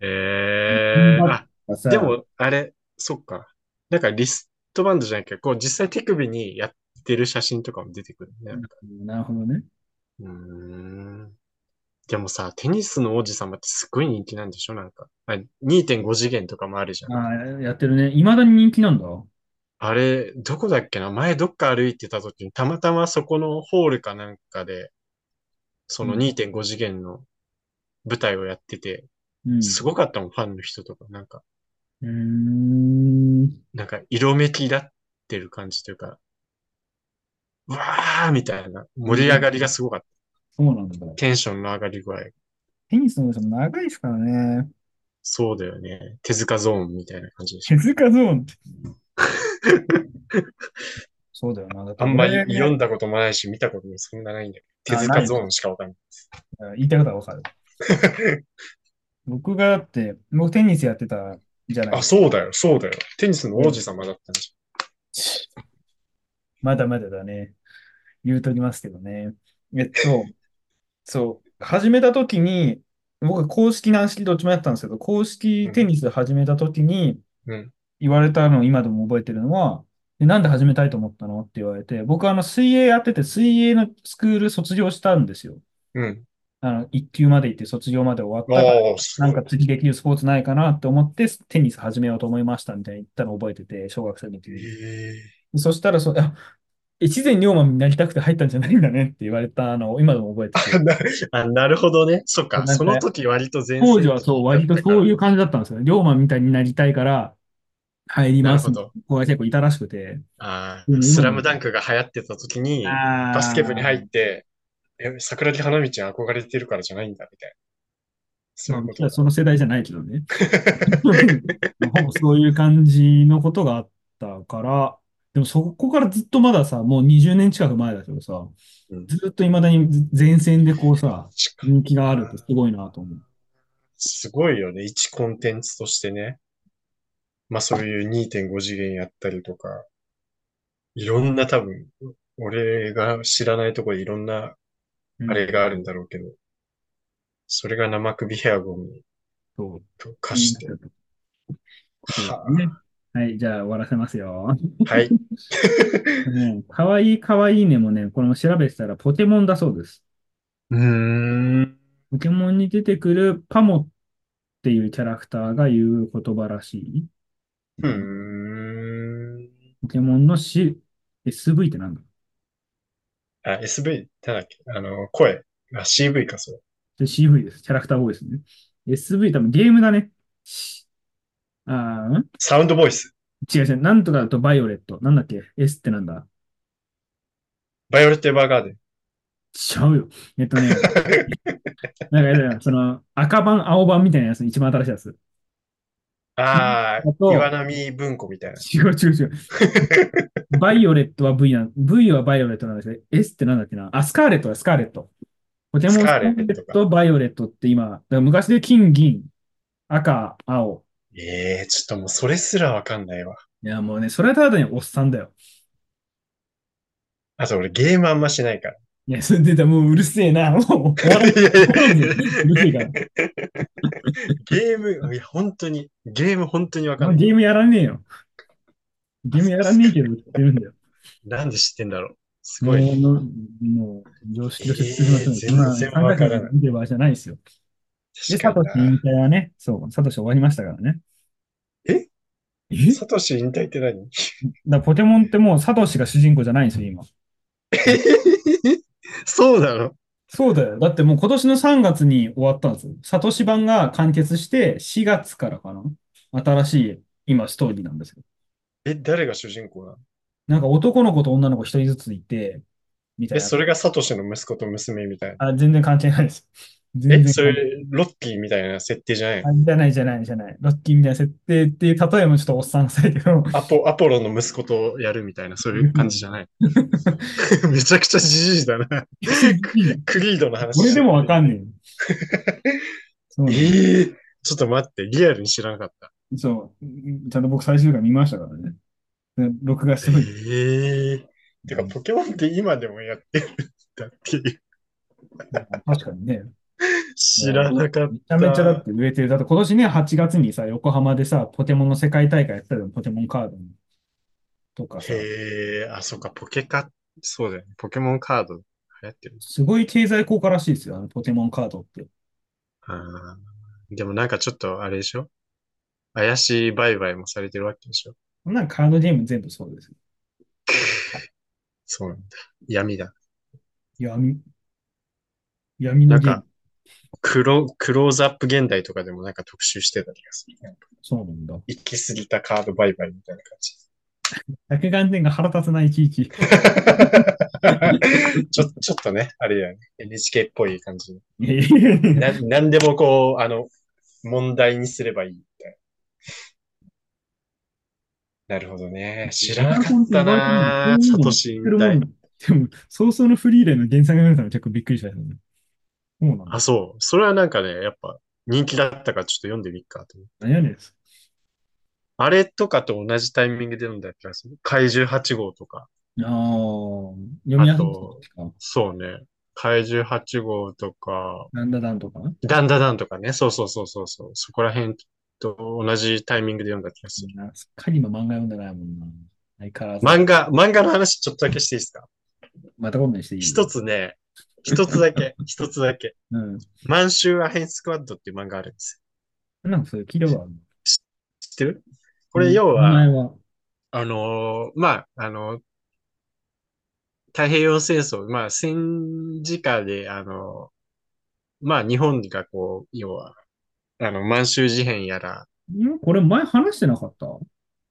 Speaker 2: えー、あ、
Speaker 1: かさ、
Speaker 2: でも、あれ、そっか。なんかリストバンドじゃなきゃ、こう実際手首にやってる写真とかも出てくるね。なんか
Speaker 1: なるほどね。
Speaker 2: うーん。でもさ、テニスの王子様ってすごい人気なんでしょなんか。あ2.5次元とかもあるじゃん。
Speaker 1: ああ、やってるね。未だに人気なんだ。
Speaker 2: あれ、どこだっけな前どっか歩いてた時に、たまたまそこのホールかなんかで、その
Speaker 1: うん
Speaker 2: 2.5次元の舞台をやってて、
Speaker 1: うん。
Speaker 2: すごかったもん、ファンの人とか。なんか、
Speaker 1: うーん。
Speaker 2: なんか、色めきだってる感じというか、うわーみたいな、盛り上がりがすごかった。
Speaker 1: そうなんだ。
Speaker 2: テンションの上がり具合。
Speaker 1: テニスの人も長いですからね。
Speaker 2: そうだよね。手塚ゾーンみたいな感じでしょ。
Speaker 1: 手塚ゾー ンって。そうだよな。だって
Speaker 2: あんまり
Speaker 1: 俺
Speaker 2: 読んだこともないし、見たこともそんなないんだけど、
Speaker 1: あ
Speaker 2: 手
Speaker 1: ない
Speaker 2: 塚
Speaker 1: の
Speaker 2: ゾーンしかわかんない。
Speaker 1: 言いたいことはわかる。僕がだって、僕テニスやってたじゃない
Speaker 2: あ、そうだよ、そうだよ。テニスの王子様だったんじ
Speaker 1: まだまだだね。言うときますけどね。えっと、そう、始めたときに、僕は公式軟式どっちもやってたんですけど、公式テニス始めたときに
Speaker 2: ゃん。うん。
Speaker 1: 言われたのを今でも覚えてるのは、でなんで始めたいと思ったのって言われて、僕はあの水泳やってて、水泳のスクール卒業したんですよ。
Speaker 2: うん。
Speaker 1: あの、1級まで行って卒業まで終わったから、
Speaker 2: ああ、すご
Speaker 1: ないんか次できるスポーツないかなと思って、テニス始めようと思いましたみたいに言ったのを覚えてて、小学生の時に。
Speaker 2: へえ
Speaker 1: そしたらそう、あ、越前龍馬になりたくて入ったんじゃないんだねって言われたのを今でも覚えてて、
Speaker 2: なあ、なるほどね。そっ
Speaker 1: な
Speaker 2: か。
Speaker 1: んか
Speaker 2: その時割と全。
Speaker 1: 当時はそう、割とそういうう感じだったんですよね。龍馬みたいになりたいから入りますみたいな子が結構いたらしくて。
Speaker 2: あ
Speaker 1: うん
Speaker 2: あ、スラムダンクが流行ってた時に、
Speaker 1: バ
Speaker 2: バスケ部に入って、え、桜木花道に憧れてるからじゃないんだ、みたいな。そういうこと
Speaker 1: まあ
Speaker 2: だ。
Speaker 1: その世代じゃないけどね。ほぼそういう感じのことがあったから、でもそこからずっとまださ、もう20年近く前だけどさ
Speaker 2: うん、
Speaker 1: ずっといまだに前線でこうさ、
Speaker 2: しか
Speaker 1: 人気があるってすごいなと思う。
Speaker 2: すごいよね。一コンテンツとしてね。まあそういう2.5次元やったりとか、いろんな多分、俺が知らないところでいろんな
Speaker 1: うん
Speaker 2: あれがあるんだろうけど、それが生首ヘアゴム
Speaker 1: そう
Speaker 2: と化して。はあ
Speaker 1: ねはい、じゃあ終わらせますよ。
Speaker 2: はい。
Speaker 1: ね、かわいいかわいいねもね、これも調べてたらポケモンだそうです。
Speaker 2: うーん。
Speaker 1: ポケモンに出てくるパモっていうキャラクターが言う言葉らしい。
Speaker 2: うーん。
Speaker 1: ポケモンの C、SV ってなんだ
Speaker 2: あ、SV、なんだっけあの、声。あ、CV か、それ。
Speaker 1: で ?CV です。キャラクターボイスね。SV 多分ゲームだね。しあーん
Speaker 2: サウンドボイス。
Speaker 1: 違う違う。なんとかだとバイオレット。なんだっけ ?S ってなんだ
Speaker 2: バイオレット・エヴァーガーデン。
Speaker 1: ちゃうよ。えっと ね。なんかやだよ、その赤版、青版みたいなやつ、一番新しいやつ。
Speaker 2: ああ、
Speaker 1: あと
Speaker 2: 岩波文庫みたいな。
Speaker 1: 違う違う違 う。バイオレットは V なん、V はバイオレットなんですね。S ってなんだっけなあ、スカーレットだ、スカーレット。ポケモン
Speaker 2: スカーレットか
Speaker 1: スカーレバイオレットって今、だから昔で金、銀、赤、青。
Speaker 2: ええちょっともうそれすらわかんないわ。
Speaker 1: いや、もうね、それはただにおっさんだよ。
Speaker 2: あと俺ゲームあんましないから。
Speaker 1: いや、それでだ、もううるせえな、もう終わら
Speaker 2: いやいやいや
Speaker 1: うるせえから。
Speaker 2: ゲーム、いや、本当に、ゲーム本当にわか
Speaker 1: もうん
Speaker 2: ない。
Speaker 1: ゲームやらねえよ。ゲームやらねえけど、言ってるんだよ。
Speaker 2: なんで知ってんだろう。す
Speaker 1: も
Speaker 2: ご
Speaker 1: う、
Speaker 2: い。
Speaker 1: もう常識として進みません。
Speaker 2: えー全
Speaker 1: ま
Speaker 2: 然
Speaker 1: あ
Speaker 2: わからない
Speaker 1: 見てる場合じゃないですよ。で、サ
Speaker 2: 確か
Speaker 1: ト
Speaker 2: に
Speaker 1: シ引退はね、そう、サトシ終わりましたからね。
Speaker 2: え
Speaker 1: え
Speaker 2: な。サトシ引退って何
Speaker 1: だからポケモンってもうサトシが主人公じゃないんですよ、今。
Speaker 2: そうなの
Speaker 1: そうだよ。だってもう今年の3月に終わったんですよ。サトシ版が完結して、4月からかな。新しい、今、ストーリーなんですよ。
Speaker 2: え、誰が主人公なの
Speaker 1: なんか男の子と女の子一人ずついて、みたい
Speaker 2: え、
Speaker 1: な。
Speaker 2: それがサトシの息子と娘みたいな。
Speaker 1: あ、全然関係ないです。全然
Speaker 2: え、
Speaker 1: 関
Speaker 2: そ
Speaker 1: 係ない。
Speaker 2: れ、ロッキーみたいな設定じゃないの
Speaker 1: あじゃないじゃないじゃない。ロッキーみたいな設定っていう例えもちょっとおっさんくさいけ ど、
Speaker 2: アポ、アポロの息子とやるみたいな、そういう感じじ ゃない。めちゃくちゃじじいだな。クリードの話。
Speaker 1: 俺でもわか んねえよ。そうな
Speaker 2: え
Speaker 1: の
Speaker 2: えちょっと待って、リアルに知らなかった。
Speaker 1: そう。うんちゃんと僕最終回見ましたからね。で録画してもいい。
Speaker 2: ええてか、ポケモンって今でもやってるんだっていう。
Speaker 1: 確かにね。
Speaker 2: 知らなかった。
Speaker 1: めちゃめちゃだって売れてる。だって今年ね、8月にさ、横浜でさ、ポケモンの世界大会やってたの、ポケモンカードに。とかさ、
Speaker 2: へえ、あ、そっか、ポケカ、そうだよね。ポケモンカード流行ってる。
Speaker 1: すごい経済効果らしいですよ、あのポケモンカードって。
Speaker 2: あーでもなんかちょっとあれでしょ怪しい売買もされてるわけでしょ
Speaker 1: こんなんカードゲーム全部そうです。
Speaker 2: そうなんだ。闇だ。
Speaker 1: 闇、闇の
Speaker 2: なん
Speaker 1: ゲーム。
Speaker 2: か、クロ、クローズアップ現代とかでもなんか特集してた気がする。
Speaker 1: そうなんだ。
Speaker 2: 行き過ぎたカード売買みたいな感じ。
Speaker 1: 百眼点が腹立つないちい ち。
Speaker 2: ちょ、ちょっとね、あれやね。NHK っぽい感じ。
Speaker 1: いやいやいや
Speaker 2: な、なんでもこう、あの、問題にすればいいみたいな。なるほどね。知らなかったなサトシみたい。
Speaker 1: でも、早々のフリーレンの原作が出たの結構びっくりしたよね。そうなん
Speaker 2: あ、
Speaker 1: だ。
Speaker 2: そう。それはなんかね、やっぱ人気だったからちょっと読んでみっかと思う。
Speaker 1: 何やねん。
Speaker 2: あれとかと同じタイミングで読んだ気がする。怪獣8号とか。
Speaker 1: ああ、読み
Speaker 2: あ
Speaker 1: やすいと
Speaker 2: と、
Speaker 1: か、
Speaker 2: そうね。怪獣8号とか、
Speaker 1: なんだなんとか。
Speaker 2: ダンダダンとかね。そうそうそうそうそう。そこら辺と同じタイミングで読んだ気がする。
Speaker 1: なすっかり今漫画読んでないもんな。相変わらず。
Speaker 2: 漫画、漫画の話ちょっとだけしていいですか
Speaker 1: また今度にしていい
Speaker 2: 一つね、一つだけ、 一つだけ。
Speaker 1: うん。
Speaker 2: 満州アヘンスクワッドっていう漫画あるんです
Speaker 1: なんかそういう企業があるの。
Speaker 2: よ。知ってるこれ要
Speaker 1: 名前
Speaker 2: は、
Speaker 1: は。
Speaker 2: あのーまあ、あのー太平洋戦争、まあ、戦時下で、あのーまあ、日本がこう、要は、あの、満州事変やら、
Speaker 1: んこれ前話してなかった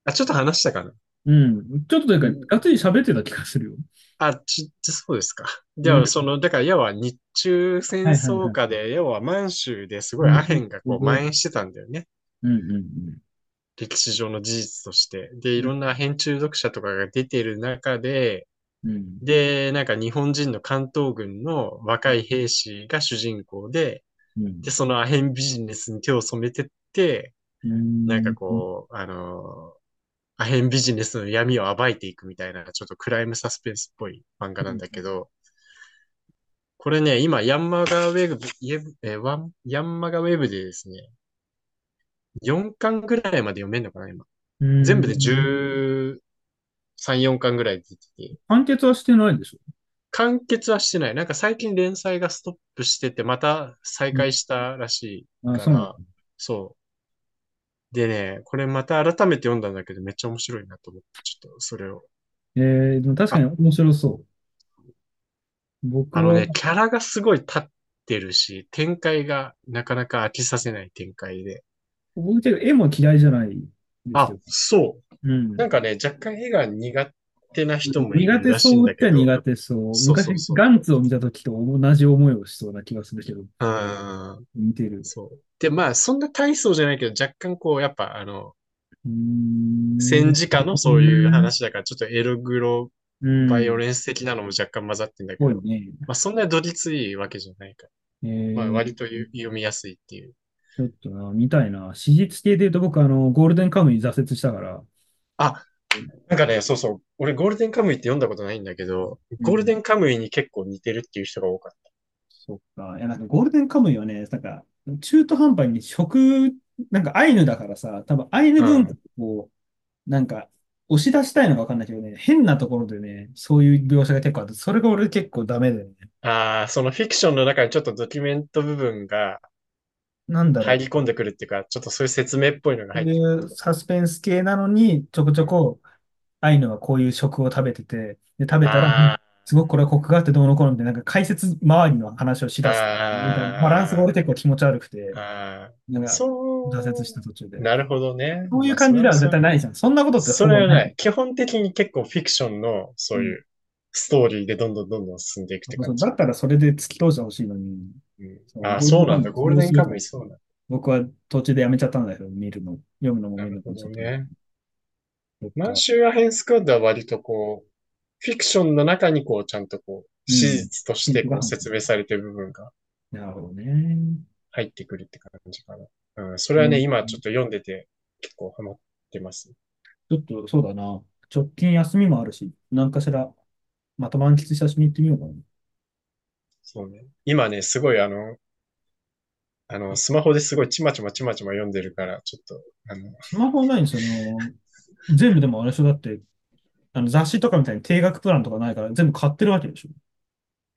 Speaker 2: あ、ちょっと話したかな
Speaker 1: うん。ちょっとというか、がっつり喋ってた気がするよ。
Speaker 2: あ、ち、そうですか。 で
Speaker 1: う
Speaker 2: は、
Speaker 1: ん
Speaker 2: その、だから、要は日中戦
Speaker 1: はいはいは
Speaker 2: 争
Speaker 1: い
Speaker 2: 下で、要は満州ですごいアヘンがこう
Speaker 1: うん
Speaker 2: 蔓延してたんだよね。
Speaker 1: うんうん
Speaker 2: 歴史上の事実として。で、いろんなアヘン中毒者とかが出ている中で、
Speaker 1: うん。うん。
Speaker 2: で、なんか日本人の関東軍の若い兵士が主人公で、
Speaker 1: うん
Speaker 2: で、そのアヘンビジネスに手を染めてって、
Speaker 1: うん
Speaker 2: なんかこう、あのーアヘンビジネスの闇を暴いていくみたいな、ちょっとクライムサスペンスっぽい漫画なんだけど、これね、今、ヤンマガウェブ、イェブえーワンヤンマガウェブでですね、4巻ぐらいまで読めんのかな、今。
Speaker 1: うん
Speaker 2: 全部で。13、4巻ぐらい出てて、
Speaker 1: 完結はしてないでしょ。
Speaker 2: 完結はしてない。なんか最近連載がストップしてて、また再開したらしい
Speaker 1: あ、
Speaker 2: か
Speaker 1: そうなん
Speaker 2: ら、そう。でね、これまた改めて読んだんだけど、めっちゃ面白いなと思って、ちょっとそれを。
Speaker 1: えー、でも確かに面白そう。僕
Speaker 2: あの
Speaker 1: は、
Speaker 2: ね、キャラがすごい立ってるし、展開がなかなか飽きさせない展開で。
Speaker 1: 僕てか絵も嫌いじゃないです
Speaker 2: あ
Speaker 1: よ。、
Speaker 2: そうう。
Speaker 1: ん
Speaker 2: な。んかね、若干絵が苦手な人もい
Speaker 1: 苦
Speaker 2: る
Speaker 1: 手
Speaker 2: らしい
Speaker 1: そ
Speaker 2: ん
Speaker 1: う
Speaker 2: だ
Speaker 1: っち
Speaker 2: け
Speaker 1: ゃ
Speaker 2: ど。
Speaker 1: 苦手そう。
Speaker 2: そうそう
Speaker 1: 昔、
Speaker 2: そう
Speaker 1: ガンツを見たときと同じ思いをしそうな気がするけど、
Speaker 2: うん。
Speaker 1: 似てる。
Speaker 2: そう。で、まあ、そんな大層じゃないけど、若干こう、やっぱ、あの、
Speaker 1: うーん
Speaker 2: 戦時下のそういう話だから、ちょっとエログロ
Speaker 1: うん
Speaker 2: バイオレンス的なのも若干混ざってんだけ
Speaker 1: 多
Speaker 2: ど、
Speaker 1: いね。
Speaker 2: まあそんなどぎついわけじゃないから、
Speaker 1: えー
Speaker 2: まあ割とゆ読みやすいっていう。
Speaker 1: ちょっとな、見たいな。史実系で言うと僕、あの、ゴールデンカムイ挫折したから、
Speaker 2: あ、なんかね、そうそう、俺ゴールデンカムイって読んだことないんだけど、ゴールデンカムイに結構似てるっていう人が多かっ
Speaker 1: そっか。いや、なんかゴールデンカムイはね、なんか、中途半端に食、なんかアイヌだからさ、多分アイヌ文化を、なんか、押し出したいのかわかんないけどね、変なところでね、そういう描写が結構あって、それが俺結構ダメだよね。
Speaker 2: た。ああ、そのフィクションの中にちょっとドキュメント部分が
Speaker 1: なんだろう。
Speaker 2: 入り込んでくるっていうか、ちょっとそういう説明っぽいのが
Speaker 1: そう
Speaker 2: 入ってくる。
Speaker 1: いうサスペンス系なのに、ちょこちょこ、アイヌはこういう食を食べてて、で、食べたら、
Speaker 2: あ
Speaker 1: すごくこれはコクがあってどうのこうのみたいな、なんか解説周りの話をしだす。なんかバランスが俺結構気持ち悪くて、
Speaker 2: あ、ああ、
Speaker 1: なんか
Speaker 2: そう。
Speaker 1: 挫折した途中で。
Speaker 2: なるほどね。
Speaker 1: そういう感じでは絶対ないじゃん。そんなことって
Speaker 2: それは
Speaker 1: な。
Speaker 2: ないい。基本的に結構フィクションのそういううストーリーでどんどんどんどん進んでいくって
Speaker 1: そ
Speaker 2: 感
Speaker 1: う
Speaker 2: じ。
Speaker 1: だったらそれで突き通してほしいのに、
Speaker 2: うん、ああ、そうなんだ。ゴールデンカムイそうなんだ。
Speaker 1: 僕は途中でやめちゃったんだけど、見るの、読むのも
Speaker 2: な
Speaker 1: 見る
Speaker 2: る
Speaker 1: の
Speaker 2: ほ
Speaker 1: もち
Speaker 2: ど
Speaker 1: ょっと。
Speaker 2: ね。
Speaker 1: そっか
Speaker 2: 満州アヘンスクワッドは割とこう、フィクションの中にこう、ちゃんとこう、
Speaker 1: うん
Speaker 2: 史実としてこう説明されてる部分が
Speaker 1: なるほどね。
Speaker 2: 入ってくるって感じかな。うん、それはね、
Speaker 1: うん
Speaker 2: 今ちょっと読んでて結構ハマってます。
Speaker 1: ちょっとそうだな。直近休みもあるし、なんかしら、また満喫したしに行ってみようかな。
Speaker 2: そうね。今ね、すごいあの、あの、スマホですごいちまちまちまちま読んでるから、ちょっと、あの、
Speaker 1: スマホはないんですよ。あの全部でもあれでしょ、だって、あの雑誌とかみたいに定額プランとかないから全部買ってるわけでしょ。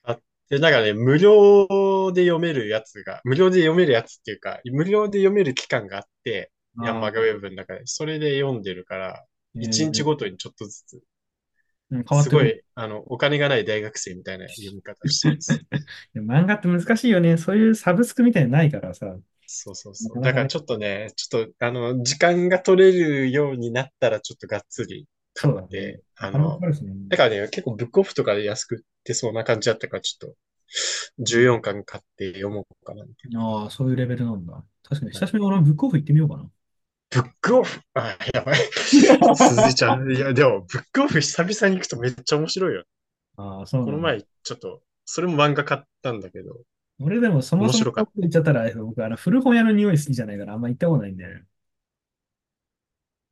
Speaker 2: あ、で、なんかね、無料で読めるやつが、無料で読めるやつっていうか、無料で読める期間があって、ヤン
Speaker 1: あ
Speaker 2: マガウェブの中で、それで読んでるから、
Speaker 1: ー
Speaker 2: 1
Speaker 1: え
Speaker 2: 日ごとにちょっとずつ、
Speaker 1: ーうん変わっ
Speaker 2: す
Speaker 1: て
Speaker 2: ご
Speaker 1: くる。
Speaker 2: い、あの、お金がない大学生み たいな読み方してるんです。
Speaker 1: でも漫画って難しいよね。そういうサブスクみたいなのないからさ、
Speaker 2: そうそう
Speaker 1: な
Speaker 2: そ
Speaker 1: か
Speaker 2: う。
Speaker 1: な
Speaker 2: だ
Speaker 1: か
Speaker 2: から
Speaker 1: ね、
Speaker 2: ちょっとね、ちょっと、あの、時間が取れるようになったら、ちょっとがっつり買
Speaker 1: そ
Speaker 2: っ
Speaker 1: うだね。
Speaker 2: て、
Speaker 1: お
Speaker 2: あ
Speaker 1: 金もか
Speaker 2: の、
Speaker 1: かるしね。
Speaker 2: だからね、結構ブックオフとかで安く売ってそうな感じだったから、ちょっと、14巻買って読もうかな、みたい
Speaker 1: ああ、そういうレベルなんだ。確かに、
Speaker 2: な。
Speaker 1: 久しぶりに俺もブックオフ行ってみようかな。
Speaker 2: ブックオフあ、やばい。鈴井ちゃん。いや、でも、ブックオフ久々に行くとめっちゃ面白いよ。
Speaker 1: ああ、そうな
Speaker 2: この
Speaker 1: んだ。
Speaker 2: 前、ちょっと、それも漫画買ったんだけど、
Speaker 1: 俺でもそも
Speaker 2: 面
Speaker 1: そも
Speaker 2: 白か
Speaker 1: こ
Speaker 2: っ
Speaker 1: こ行っちゃったらあれだけど、僕、あの、古本屋の匂い好きじゃないからあんま行ったことないんだよね。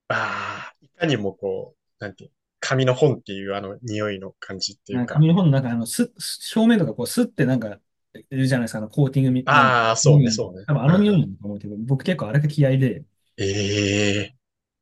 Speaker 2: た。ああ、いかにもこう、なんていう、紙の本っていうあの匂いの感じってい
Speaker 1: な
Speaker 2: うん
Speaker 1: か紙
Speaker 2: か、
Speaker 1: の本の中、あの、す、す正面とかこう、スってなんか、いるじゃないですか、あの、コーティングみ、なんか、
Speaker 2: ああ、そう
Speaker 1: 匂
Speaker 2: ね、
Speaker 1: いの。
Speaker 2: そうね。
Speaker 1: 多分あ
Speaker 2: う
Speaker 1: の
Speaker 2: ん
Speaker 1: 匂いうなんだと思うけど、僕結構あれが嫌いで、
Speaker 2: ん。ええ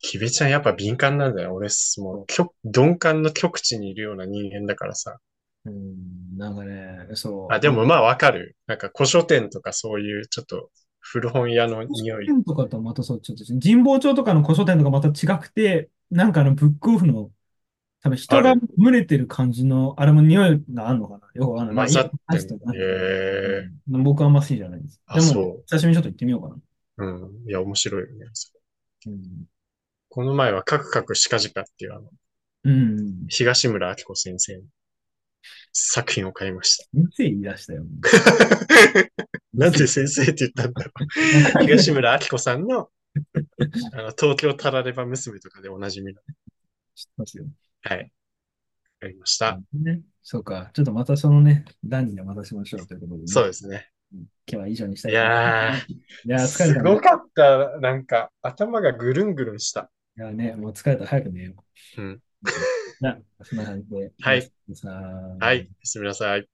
Speaker 2: キベちゃんやっぱ敏感なんだよ。俺、もう、極鈍感の極地にいるような人間だからさ。
Speaker 1: うん、なんかね、そ
Speaker 2: あ、
Speaker 1: う、な
Speaker 2: で
Speaker 1: んか、
Speaker 2: もまあわかる。なんか古書店とかそういうちょっと古本屋の
Speaker 1: 古書
Speaker 2: 匂い。
Speaker 1: 店とかとはまたそう、ちょっと、神保町とかの古書店とかまた違くて、なんかあの、ブックオフの、多分
Speaker 2: あ
Speaker 1: 人が
Speaker 2: る。
Speaker 1: 群れてる感じの、あれも匂いがあるのかなよくわかんない。まあ、い
Speaker 2: 混
Speaker 1: い
Speaker 2: ざって
Speaker 1: 話
Speaker 2: ん
Speaker 1: と
Speaker 2: の。
Speaker 1: かな
Speaker 2: え
Speaker 1: んだけど、う
Speaker 2: え
Speaker 1: ん、僕はあんま好きじゃないです。で
Speaker 2: あ、
Speaker 1: も、
Speaker 2: そ
Speaker 1: 久しぶりにちょっと行ってみようかな。
Speaker 2: う。うん。いや、面白いよね。それ
Speaker 1: うん。
Speaker 2: この前はカクカクシカジカっていうあの、
Speaker 1: うん。
Speaker 2: 東村明子先生の作品を買いまし
Speaker 1: 先生言い出 したよ。
Speaker 2: た。なんで先生って言ったんだろう。
Speaker 1: わかんな
Speaker 2: 東
Speaker 1: い。
Speaker 2: 村明子さんの、あの、東京タラレバ娘とかでおなじみの。
Speaker 1: 知ってますよ。
Speaker 2: はい。買いまし
Speaker 1: う
Speaker 2: た。
Speaker 1: んね。そうか。ちょっとまたそのね、談義でまたしましょうということで
Speaker 2: そう
Speaker 1: ね。
Speaker 2: ですね。
Speaker 1: うん今日は以上にした
Speaker 2: い
Speaker 1: いと思い
Speaker 2: や
Speaker 1: ま
Speaker 2: ー、
Speaker 1: す。いやー、疲れ
Speaker 2: す
Speaker 1: た
Speaker 2: ご
Speaker 1: ね。
Speaker 2: かった。なんか、頭がぐるんぐるんした。
Speaker 1: いやーね、もう疲れた。早く寝よ
Speaker 2: うん。
Speaker 1: う。うんな、そんな感じで、
Speaker 2: は
Speaker 1: 話し
Speaker 2: い。
Speaker 1: てくださ
Speaker 2: はい。
Speaker 1: い。
Speaker 2: おやすみなさい。